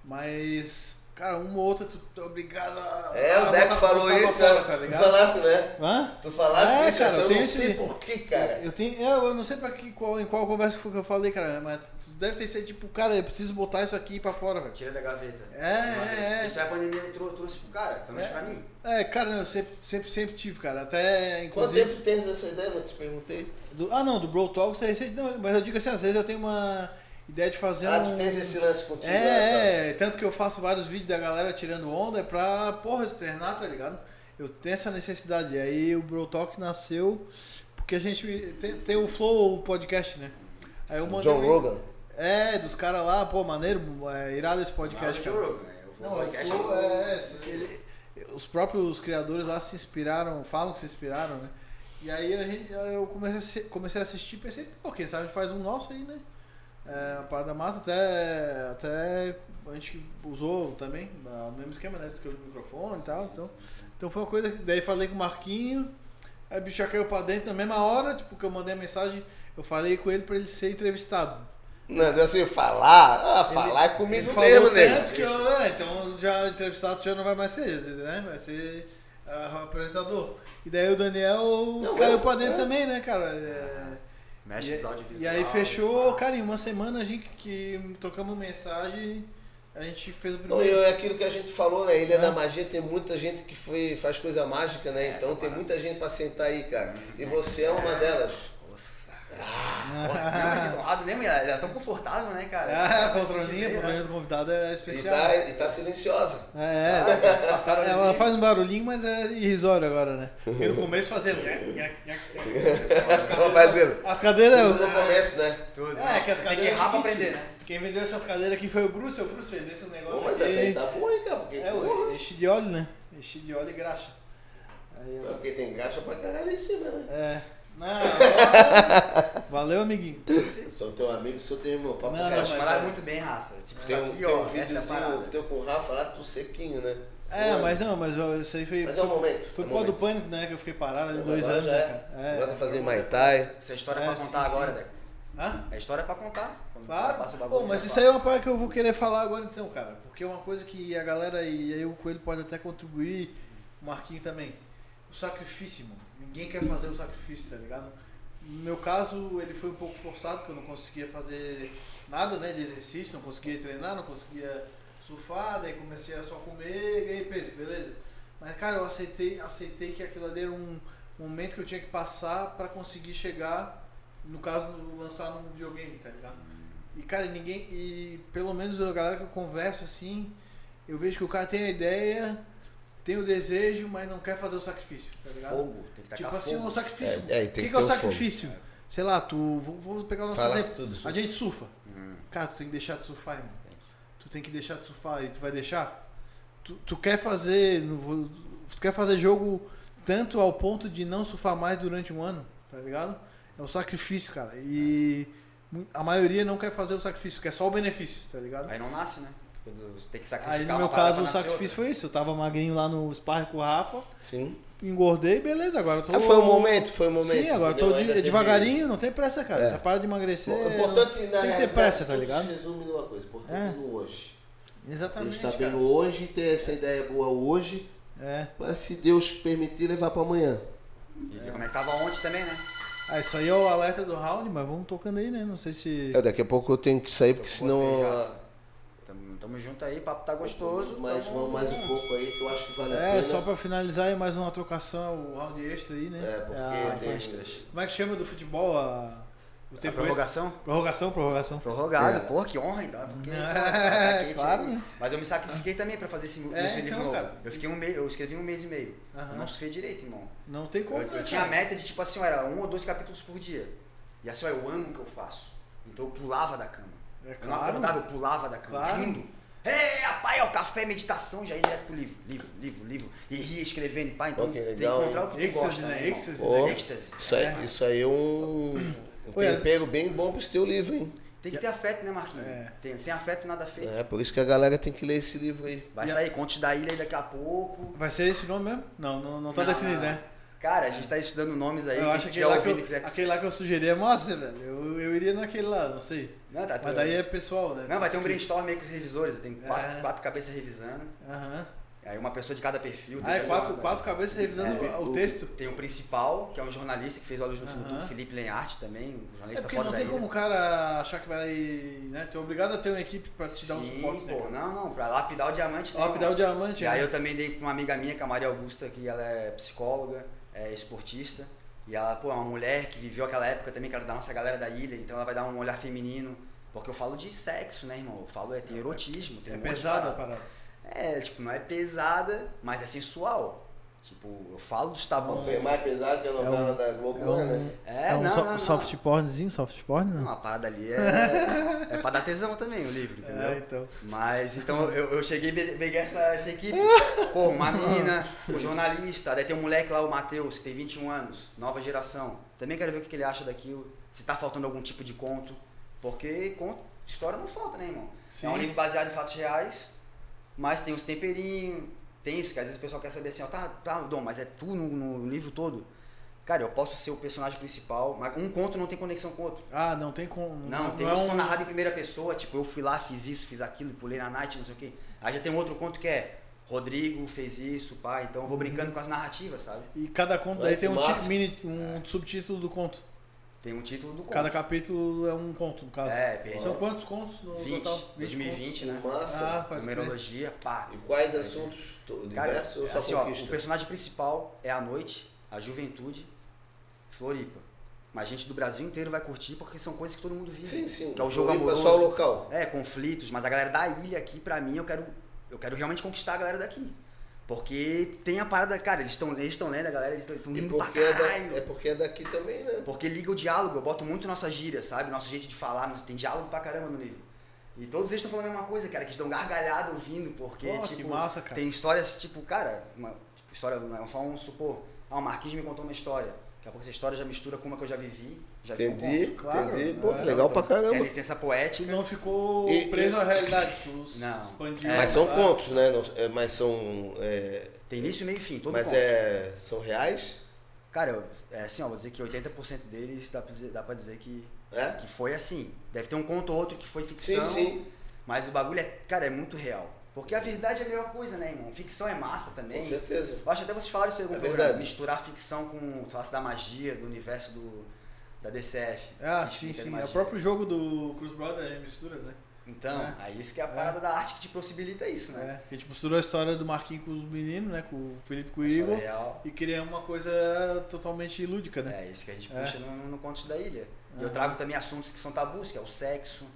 Mas, cara, uma ou outra tu tu é obrigado a. É, o a Deco botar- falou botar pra isso. é. fora, tá tu ligado? falasse, né? Hã? Tu falasse É, isso, cara, eu, eu não tenho sei esse- por que, cara. Eu tenho. é, Eu, eu não sei pra que, qual, em qual conversa foi que eu falei, cara, mas tu deve ter sido tipo, cara, eu preciso botar isso aqui pra fora, velho. Tira da gaveta. É, é, é. Isso aí a pandemia trou- trouxe pro cara, pelo menos É. pra mim. É, cara, eu sempre, sempre, sempre tive, cara. Até, Quanto inclusive. tempo tens essa ideia? Não te perguntei. do- ah, não, do Bro Talks é recente. Não, mas eu digo assim, às vezes eu tenho uma ideia de fazer Ah, um. tu tens esse lance contigo? né, É, é, tanto que eu faço vários vídeos da galera tirando onda, é pra, porra, externar, tá ligado? Eu tenho essa necessidade. E aí o Bro Talk nasceu porque a gente tem, tem o Flow podcast, né? Aí eu cara? mandei. John um- Rogan. É, dos caras lá, pô, maneiro, é, irado esse podcast, Não, cara. eu juro, né? Eu vou é. Não, o podcast, Flow, eu vou- é, se- ele- os próprios criadores lá se inspiraram, falam que se inspiraram, né? E aí a gente, eu comecei a, assi- comecei a assistir e pensei, pô, quem sabe a gente faz um nosso aí, né? É, uma parada massa, até, até a gente usou também, ah, o mesmo esquema, né? Esquema do microfone e tal, então... Então foi uma coisa que... Daí falei com o Marquinho, aí o bicho já caiu pra dentro na mesma hora, tipo, que eu mandei a mensagem, eu falei com ele pra ele ser entrevistado. Não, assim, falar, ah, falar é Ele comigo falou mesmo, tanto né? que eu, é, então já entrevistado já não vai mais ser, né? Vai ser ah, apresentador. E daí o Daniel Não, caiu eu- pra dentro é. também, né, cara? É, Mexe e- nos audiovisuais. E aí fechou, cara, em uma semana a gente que trocamos mensagem, a gente fez o Não, primeiro. e é aquilo que a gente falou, né? Ilha É. da Magia tem muita gente que foi- faz coisa mágica, né? Essa então tem parada. muita gente pra sentar aí, cara. E Uhum. você é uma delas. Nossa. Porra, não, vai ser tão rápido mesmo, ela ela é tão confortável, né, cara? Ah, a Vai se poltroninha, a sentir bem, né? poltroninha do convidado é E especial. tá, e tá silenciosa. É, é. Passaram ela assim. faz um barulhinho, mas é irrisório agora, né? Porque no começo fazia. né? Vou fazendo. As cadeiras. Tudo no começo, né? Tudo. É, que as cadeiras. Tem que errar pra seguinte, aprender, né? Quem vendeu essas cadeiras aqui foi o Bruce, o Bruce vendeu esse negócio Pô, mas Então, aqui. essa aí tá boa, hein, cara? Porque, É, porra, o enchi de óleo, né? Enchi de óleo e graxa. Aí é eu... porque tem graxa pra caralho em cima, né? É. Não, valeu, amiguinho. Eu sou teu amigo, sou teu irmão. Papo Não, não, cast. É, mas- Falaram muito bem, raça. Tipo, isso Tem um, aqui, tem um ó, essa é a videozinho parada. teu com o Rafa lá, tu sequinho, né? É, Foi. mas não, mas ó, isso aí foi. Mas é o momento, Foi é o por causa do momento. pânico, né? Que eu fiquei parado ali Agora dois anos, já né, é. cara? Agora É. tá fazendo Muay Thai. Essa história é, É, pra sim, contar sim. agora, Deco. Hã? É história pra contar. Quando tá, Claro. Passa o bagulho, Bom, mas já isso aí fala. é uma parada que eu vou querer falar agora então, cara. Porque é uma coisa que a galera e aí o Coelho pode até contribuir, o Marquinho também. O sacrifício, mano. Ninguém quer fazer o sacrifício, tá ligado? No meu caso, ele foi um pouco forçado, que eu não conseguia fazer nada, né, de exercício, não conseguia treinar, não conseguia surfar, daí comecei a só comer, ganhei peso, beleza? Mas, cara, eu aceitei, aceitei que aquilo ali era um momento que eu tinha que passar pra conseguir chegar, no caso, lançar num videogame, tá ligado? E, cara, ninguém. E pelo menos a galera que eu converso assim, eu vejo que o cara tem a ideia, tem o desejo, mas não quer fazer o sacrifício, tá ligado? Fogo, tem que tacar Tipo assim, fogo. o sacrifício. É, o é, tem que, que que é o ter o sacrifício? Sei lá, tu. vou- Vou pegar o nosso Fala exemplo. tudo, A surfa. gente surfa. Hum. Cara, tu tem que deixar de surfar, irmão. Tem que. Tu tem que deixar de surfar e tu vai deixar? tu, tu quer fazer. no vo- Tu quer fazer jogo tanto ao ponto de não surfar mais durante um ano, tá ligado? É o sacrifício, cara. E mu- a maioria não quer fazer o sacrifício, quer só o benefício, tá ligado? Aí não nasce, né? Quando você tem que sacrificar Aí no meu uma parada caso o pra nascer sacrifício outra. foi isso. Eu tava magrinho lá no sparring com o Rafa, Sim. engordei, beleza, agora eu tô. Ah, foi o momento, foi o momento. Sim, agora eu entendeu? tô de- Ainda teve- devagarinho, não tem pressa, cara. É. Essa parada de emagrecer. O não- importante na tem que ter realidade, pressa, tá tudo ligado? Se resume numa coisa, o importante É. é no hoje. A gente Exatamente. tá bem cara. no hoje, e ter essa ideia boa hoje, É. pra se Deus permitir levar pra amanhã. E ver como é que tava ontem também, né? Ah, isso aí é o alerta do round, mas vamos tocando aí, né? Não sei se. É, daqui a pouco eu tenho que sair, porque Você, senão. raça. assim, Tamo, tamo junto aí, papo tá gostoso. Mas tamo- vamos mais um pouco aí, que eu acho que vale a É, pena. só pra finalizar aí mais uma trocação, o round extra aí, né? É, porque Ah, tem- extras. Como é que chama do futebol a. O A tempo extra? prorrogação? Prorrogação, prorrogação. Prorrogado, É. pô, que honra então. Porque, É, pô, tá quente claro, aí. né? Mas eu me sacrifiquei também pra fazer esse, É, esse livro então, novo. cara. Eu fiquei um mês, eu escrevi um mês e meio. Aham. Eu não se direito, irmão. Não tem Eu, como, eu né, tinha a cara? meta de tipo assim, ó, era um ou dois capítulos por dia. E assim, ó, eu amo o que eu faço. Então eu pulava da cama. É eu não claro. acordava, eu pulava da cama, Claro. rindo. Ei, rapaz, é o café, meditação, já ia direto pro livro, livro, livro, livro. E ria escrevendo, pá, então Pô, que tem que legal, encontrar hein? o que tu Êxtase, gosta, né? irmão? Êxtase, né? Êxtase. Isso aí, isso aí é um, um Oi, as- tempero bem bom pros teus livros, hein? Tem que ter afeto, né, Marquinhos? É. Tem- sem afeto, nada feito. É, por isso que a galera tem que ler esse livro aí. Vai E a- sair Contos da Ilha aí daqui a pouco. Vai ser esse o nome mesmo? Não, não, não tá Não, definido, não, né? não. Cara, a gente tá estudando nomes aí, é Eu acho quem aquele tiver lá, que ouvindo e quiser... eu, aquele lá que eu sugeri é massa, velho. Eu, eu iria naquele lá, não sei. Não, tá, Mas daí é pessoal, né? Não, vai ter um brainstorm aí com os revisores, tem quatro, É. quatro cabeças revisando. Aham. Aí uma pessoa de cada perfil. Ah, é tem- quatro, quatro cabeças revisando É, o, o- texto. Tem o principal, que é um jornalista que fez olhos no futuro, Aham. Felipe Lenhart também, um É jornalista porque fora não da tem ilha. como o cara achar que vai. Né? Tu é obrigado a ter uma equipe pra te dar um Sim, suporte, né? pô, não, não, pra lapidar o diamante. né, Lapidar o irmão? diamante, E aí né? eu também dei pra uma amiga minha, que é a Maria Augusta, que ela é psicóloga, é esportista. E ela, pô, é uma mulher que viveu aquela época também, que era da nossa galera da ilha, então ela vai dar um olhar feminino. Porque eu falo de sexo, né, irmão? Eu falo, é, tem erotismo, tem É um monte de pesada a parada. parada. É, tipo, não é pesada, mas é sensual. Tipo, eu falo dos tabus. É mais pesado que a um novela da Globo, né? É, não, não, não. pornzinho, um soft porn, Não, a parada ali é, é pra dar tesão também, o livro, entendeu? É, então. Mas então eu, eu cheguei e pe- peguei essa, essa equipe. Pô, uma menina, um jornalista, daí tem um moleque lá, o Matheus, que tem 21 anos, nova geração. Também quero ver o que que ele acha daquilo, se tá faltando algum tipo de conto. Porque conto, história não falta, né, irmão? Sim. É um livro baseado em fatos reais, mas tem os temperinhos, tem isso, que às vezes o pessoal quer saber assim, ó, tá, tá, Dom, mas é tu no, no livro todo? Cara, eu posso ser o personagem principal, mas um conto não tem conexão com o outro. Ah, não tem como. Não, tem é um um- som narrado em primeira pessoa, tipo, eu fui lá, fiz isso, fiz aquilo, pulei na night, não sei o quê. Aí já tem um outro conto que é Rodrigo fez isso, pá, então Uhum. eu vou brincando com as narrativas, sabe? E cada conto Olha É daí que tem um, massa. ti- mini, um subtítulo do conto. Tem um título do conto. Cada capítulo é um conto, no caso. É, perdi. São quantos contos no 20, total? 2020, né? Ah, Massa. pode crer. Numerologia, pá. E quais assuntos? Tu- Ah. Cara, Diversos ou só assim, ó, o conquista? personagem principal é a noite, a juventude, Floripa. Mas gente do Brasil inteiro vai curtir porque são coisas que todo mundo vive. Sim, sim. Que é o jogo Floripa é amoroso. só o local. É, conflitos, mas a galera da ilha aqui, pra mim, eu quero, eu quero realmente conquistar a galera daqui. Porque tem a parada, cara, eles estão eles tão lendo, a galera, eles estão E rindo pra porque é, da- caralho. é porque é daqui também, né? Porque liga o diálogo, eu boto muito nossa gíria, sabe? Nosso jeito de falar, nosso- tem diálogo pra caramba no livro. E todos eles estão falando a mesma coisa, cara, que eles dão gargalhada ouvindo, porque, Pô, que tipo, massa, cara. tem histórias, tipo, cara, uma tipo, história, não, só um supor, ah, o Marquinhos me contou uma história. Daqui a pouco essa história já mistura com uma que eu já vivi, já vi com Entendi, conto. claro, entendi. Pô, é, legal pra É caramba. licença poética. Não ficou E- preso e- à realidade. Tu s- Não. expandiu. É, Mas são Ah, contos, né? Não- é, mas são. é, Tem início, meio e fim, todo mas conto. é, são reais? Cara, eu- é assim, ó, vou dizer que 80% deles dá pra dizer, dá pra dizer que, É? que foi assim. Deve ter um conto ou outro que foi Sim, ficção. sim. Mas o bagulho é, cara, é muito real. Porque a verdade é a melhor coisa, né, irmão? Ficção é massa também. Com certeza. Eu acho até vocês falaram isso em algum É programa. verdade. Misturar ficção com o troço da magia, do universo do, da DCF. Ah, que sim, explica sim. magia. É o próprio jogo do Cruz Brother, a gente mistura, né? Então, É. aí isso que é a parada da arte que te possibilita isso, né? É. A gente misturou a história do Marquinhos com os meninos, né? Com o Felipe com o A história Igor. real. E criamos uma coisa totalmente lúdica, né? É isso que a gente É. puxa no, no, no Contos da Ilha. E eu Aham. trago também assuntos que são tabus, que é o sexo,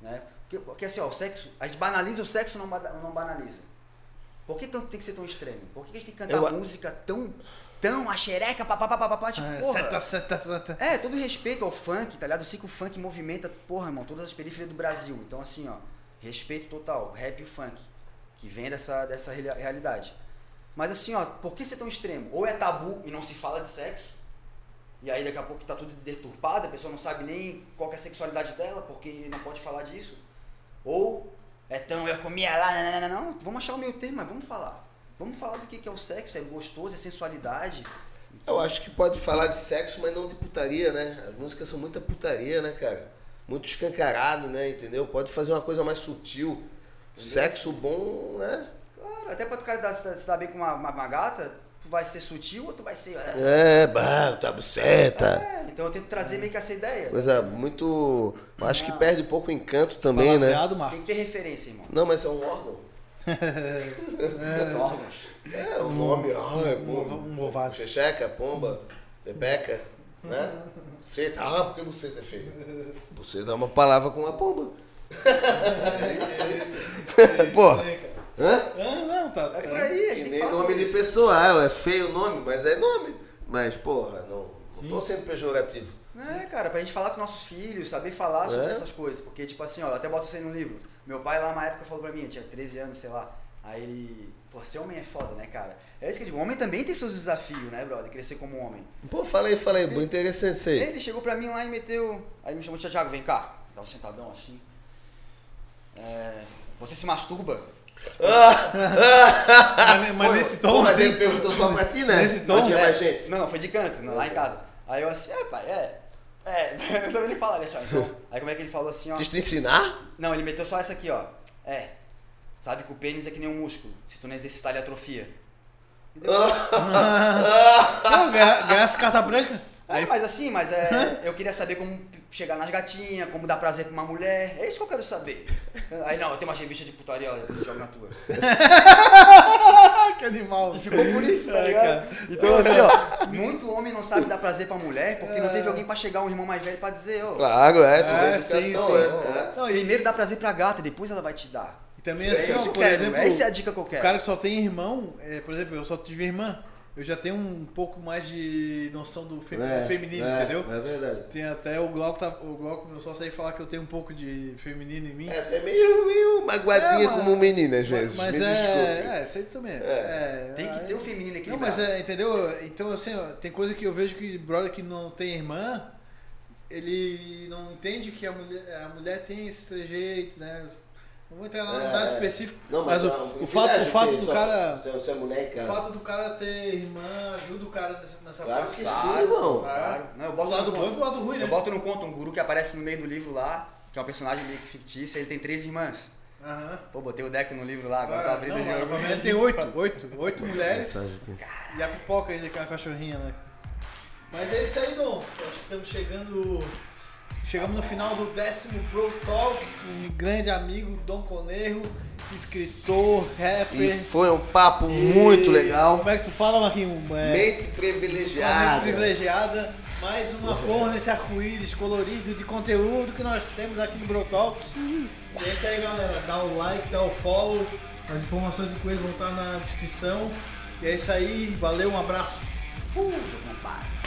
né? Porque, porque assim, ó, o sexo, a gente banaliza o sexo, não, bada- não banaliza. Por que tão- tem que ser tão extremo? Por que a gente tem que cantar Eu a- música tão, tão, a xereca, papapá, tipo, porra. Ah, seta, seta, seta. É, todo respeito ao funk, tá ligado? Eu sei que o funk movimenta, porra, irmão, todas as periferias do Brasil. Então, assim, ó, respeito total, rap e funk. que vem dessa, dessa reali- realidade. Mas assim, ó, por que ser tão extremo? Ou é tabu e não se fala de sexo, e aí daqui a pouco tá tudo deturpado, a pessoa não sabe nem qual que é a sexualidade dela, porque não pode falar disso. Ou é tão eu comia lá, não, não, não, não. vamos achar o meio termo, mas vamos falar. Vamos falar do que que é o sexo, é gostoso, é sensualidade. Eu acho que pode falar de sexo, mas não de putaria, né? As músicas são muita putaria, né, cara? Muito escancarado, né? Entendeu? Pode fazer uma coisa mais sutil. Sexo bom, né? Claro, até pra tu cara dar- se dar, se dar bem com uma, uma, uma gata, tu vai ser sutil ou tu vai ser. "Ah". É, bah, tá buceta. É, então eu tento trazer meio que essa ideia. Coisa muito. eu Acho que perde um pouco o encanto também, né? Palavreado, Tem Marco. que ter referência, irmão. Não, mas é um órgão. São órgãos. É, o nome. Ah, é pomba. um ovado. Checheca, pomba, bebeca, né? Buceta. Ah, porque buceta é feia. Buceta é uma palavra com uma pomba. É Pô. Hã? Ah, não, tá. É por tá. aí, a Que gente tem nem que falar nome sobre de isso. pessoal, é feio o nome, mas é nome. Mas, porra, não, não tô sendo pejorativo. É, cara, pra gente falar com nossos filhos, saber falar sobre É. essas coisas. Porque, tipo assim, ó, eu até boto isso aí no livro. Meu pai lá na época falou pra mim, eu tinha 13 anos, sei lá. Aí ele. Pô, ser homem é foda, né, cara? É isso que eu digo. Homem também tem seus desafios, né, brother? Crescer como homem. Pô, fala aí, É. fala aí, muito interessante isso aí. Ele chegou pra mim lá e meteu. Aí me chamou de Thiago, vem cá. Eu tava sentadão assim. É, você se masturba? Mas, ne- mas Pô, nesse tom. porra, assim, ele perguntou só pra ti, né? Nesse Não tom. tinha né? mais gente. Não, não, foi de canto, é lá em casa. Aí eu assim, é, pai, é. É, eu não sabia nem falar, olha só. Então, aí como é que ele falou assim, ó. Quis te ensinar? Não, ele meteu só essa aqui, ó. É. Sabe que o pênis é que nem um músculo. Se tu não exercitar, ele atrofia. Não, ganhar, ganhar essa carta branca. É, mas assim, mas é, eu queria saber como p- chegar nas gatinhas, como dar prazer pra uma mulher. É isso que eu quero saber. Aí não, eu tenho uma revista de putaria, ó, depois joga na tua. Ah, que animal. E ficou por isso, tá É, ligado? cara. Então assim, ó, muito homem não sabe dar prazer pra mulher porque não teve alguém pra chegar, um irmão mais velho pra dizer, ó. Claro, é, tudo é, É, sim, educação, sim. é. é. Não, e, Primeiro dá prazer pra gata, depois ela vai te dar. e também É assim, isso ó, que eu por quero, exemplo. essa é a dica que eu O quero. cara que só tem irmão, é, por exemplo, eu só tive irmã, eu já tenho um pouco mais de noção do fe- É, feminino, é, entendeu? É verdade. Tem até o Glauco, tá, o Glauco, meu sócio aí, falar que eu tenho um pouco de feminino em mim. É até meio, meio magoadinha É, mas- como menina, às mas vezes. mas Me desculpe. é, é, isso aí também. É, Tem que aí- ter o né? feminino aqui. Não, mas é, entendeu? Então, assim, ó, tem coisa que eu vejo que brother que não tem irmã, ele não entende que a mulher, a mulher tem esse trejeito, né? Não vou entrar lá em É, nada é. específico, Não, mas, é um o, o fato, o privilégio fato ter do só- cara. Você você é mulher, O cara. fato do cara ter irmã ajuda o cara nessa, nessa Claro parte. que É sim, irmão. Claro. Não, eu boto Do lado no bom e conto. do lado ruim, né? Eu boto no conto um guru que aparece no meio do livro lá, que é um personagem meio que fictício, ele tem três irmãs. Aham. Pô, botei o deck no livro lá, agora tá abrindo Ah, Não, de a novo. família tem oito, oito, oito mulheres Sabe que- e a pipoca ainda que é uma cachorrinha, né? Mas é isso aí, Dom. Eu acho que estamos chegando. Chegamos no final do décimo Pro Talk com um grande amigo, Dom Conerro, escritor, E rapper. foi um É. papo muito E- legal. Como é que tu fala, Marquinhos? É... Uma Mente mente privilegiada. privilegiada, mais uma cor nesse arco-íris colorido de conteúdo que nós temos aqui no Brotalks. E é isso aí, galera. Dá o like, dá o follow. As informações do Coelho vão estar na descrição. E é isso aí. Valeu, um abraço. Puxa, compadre.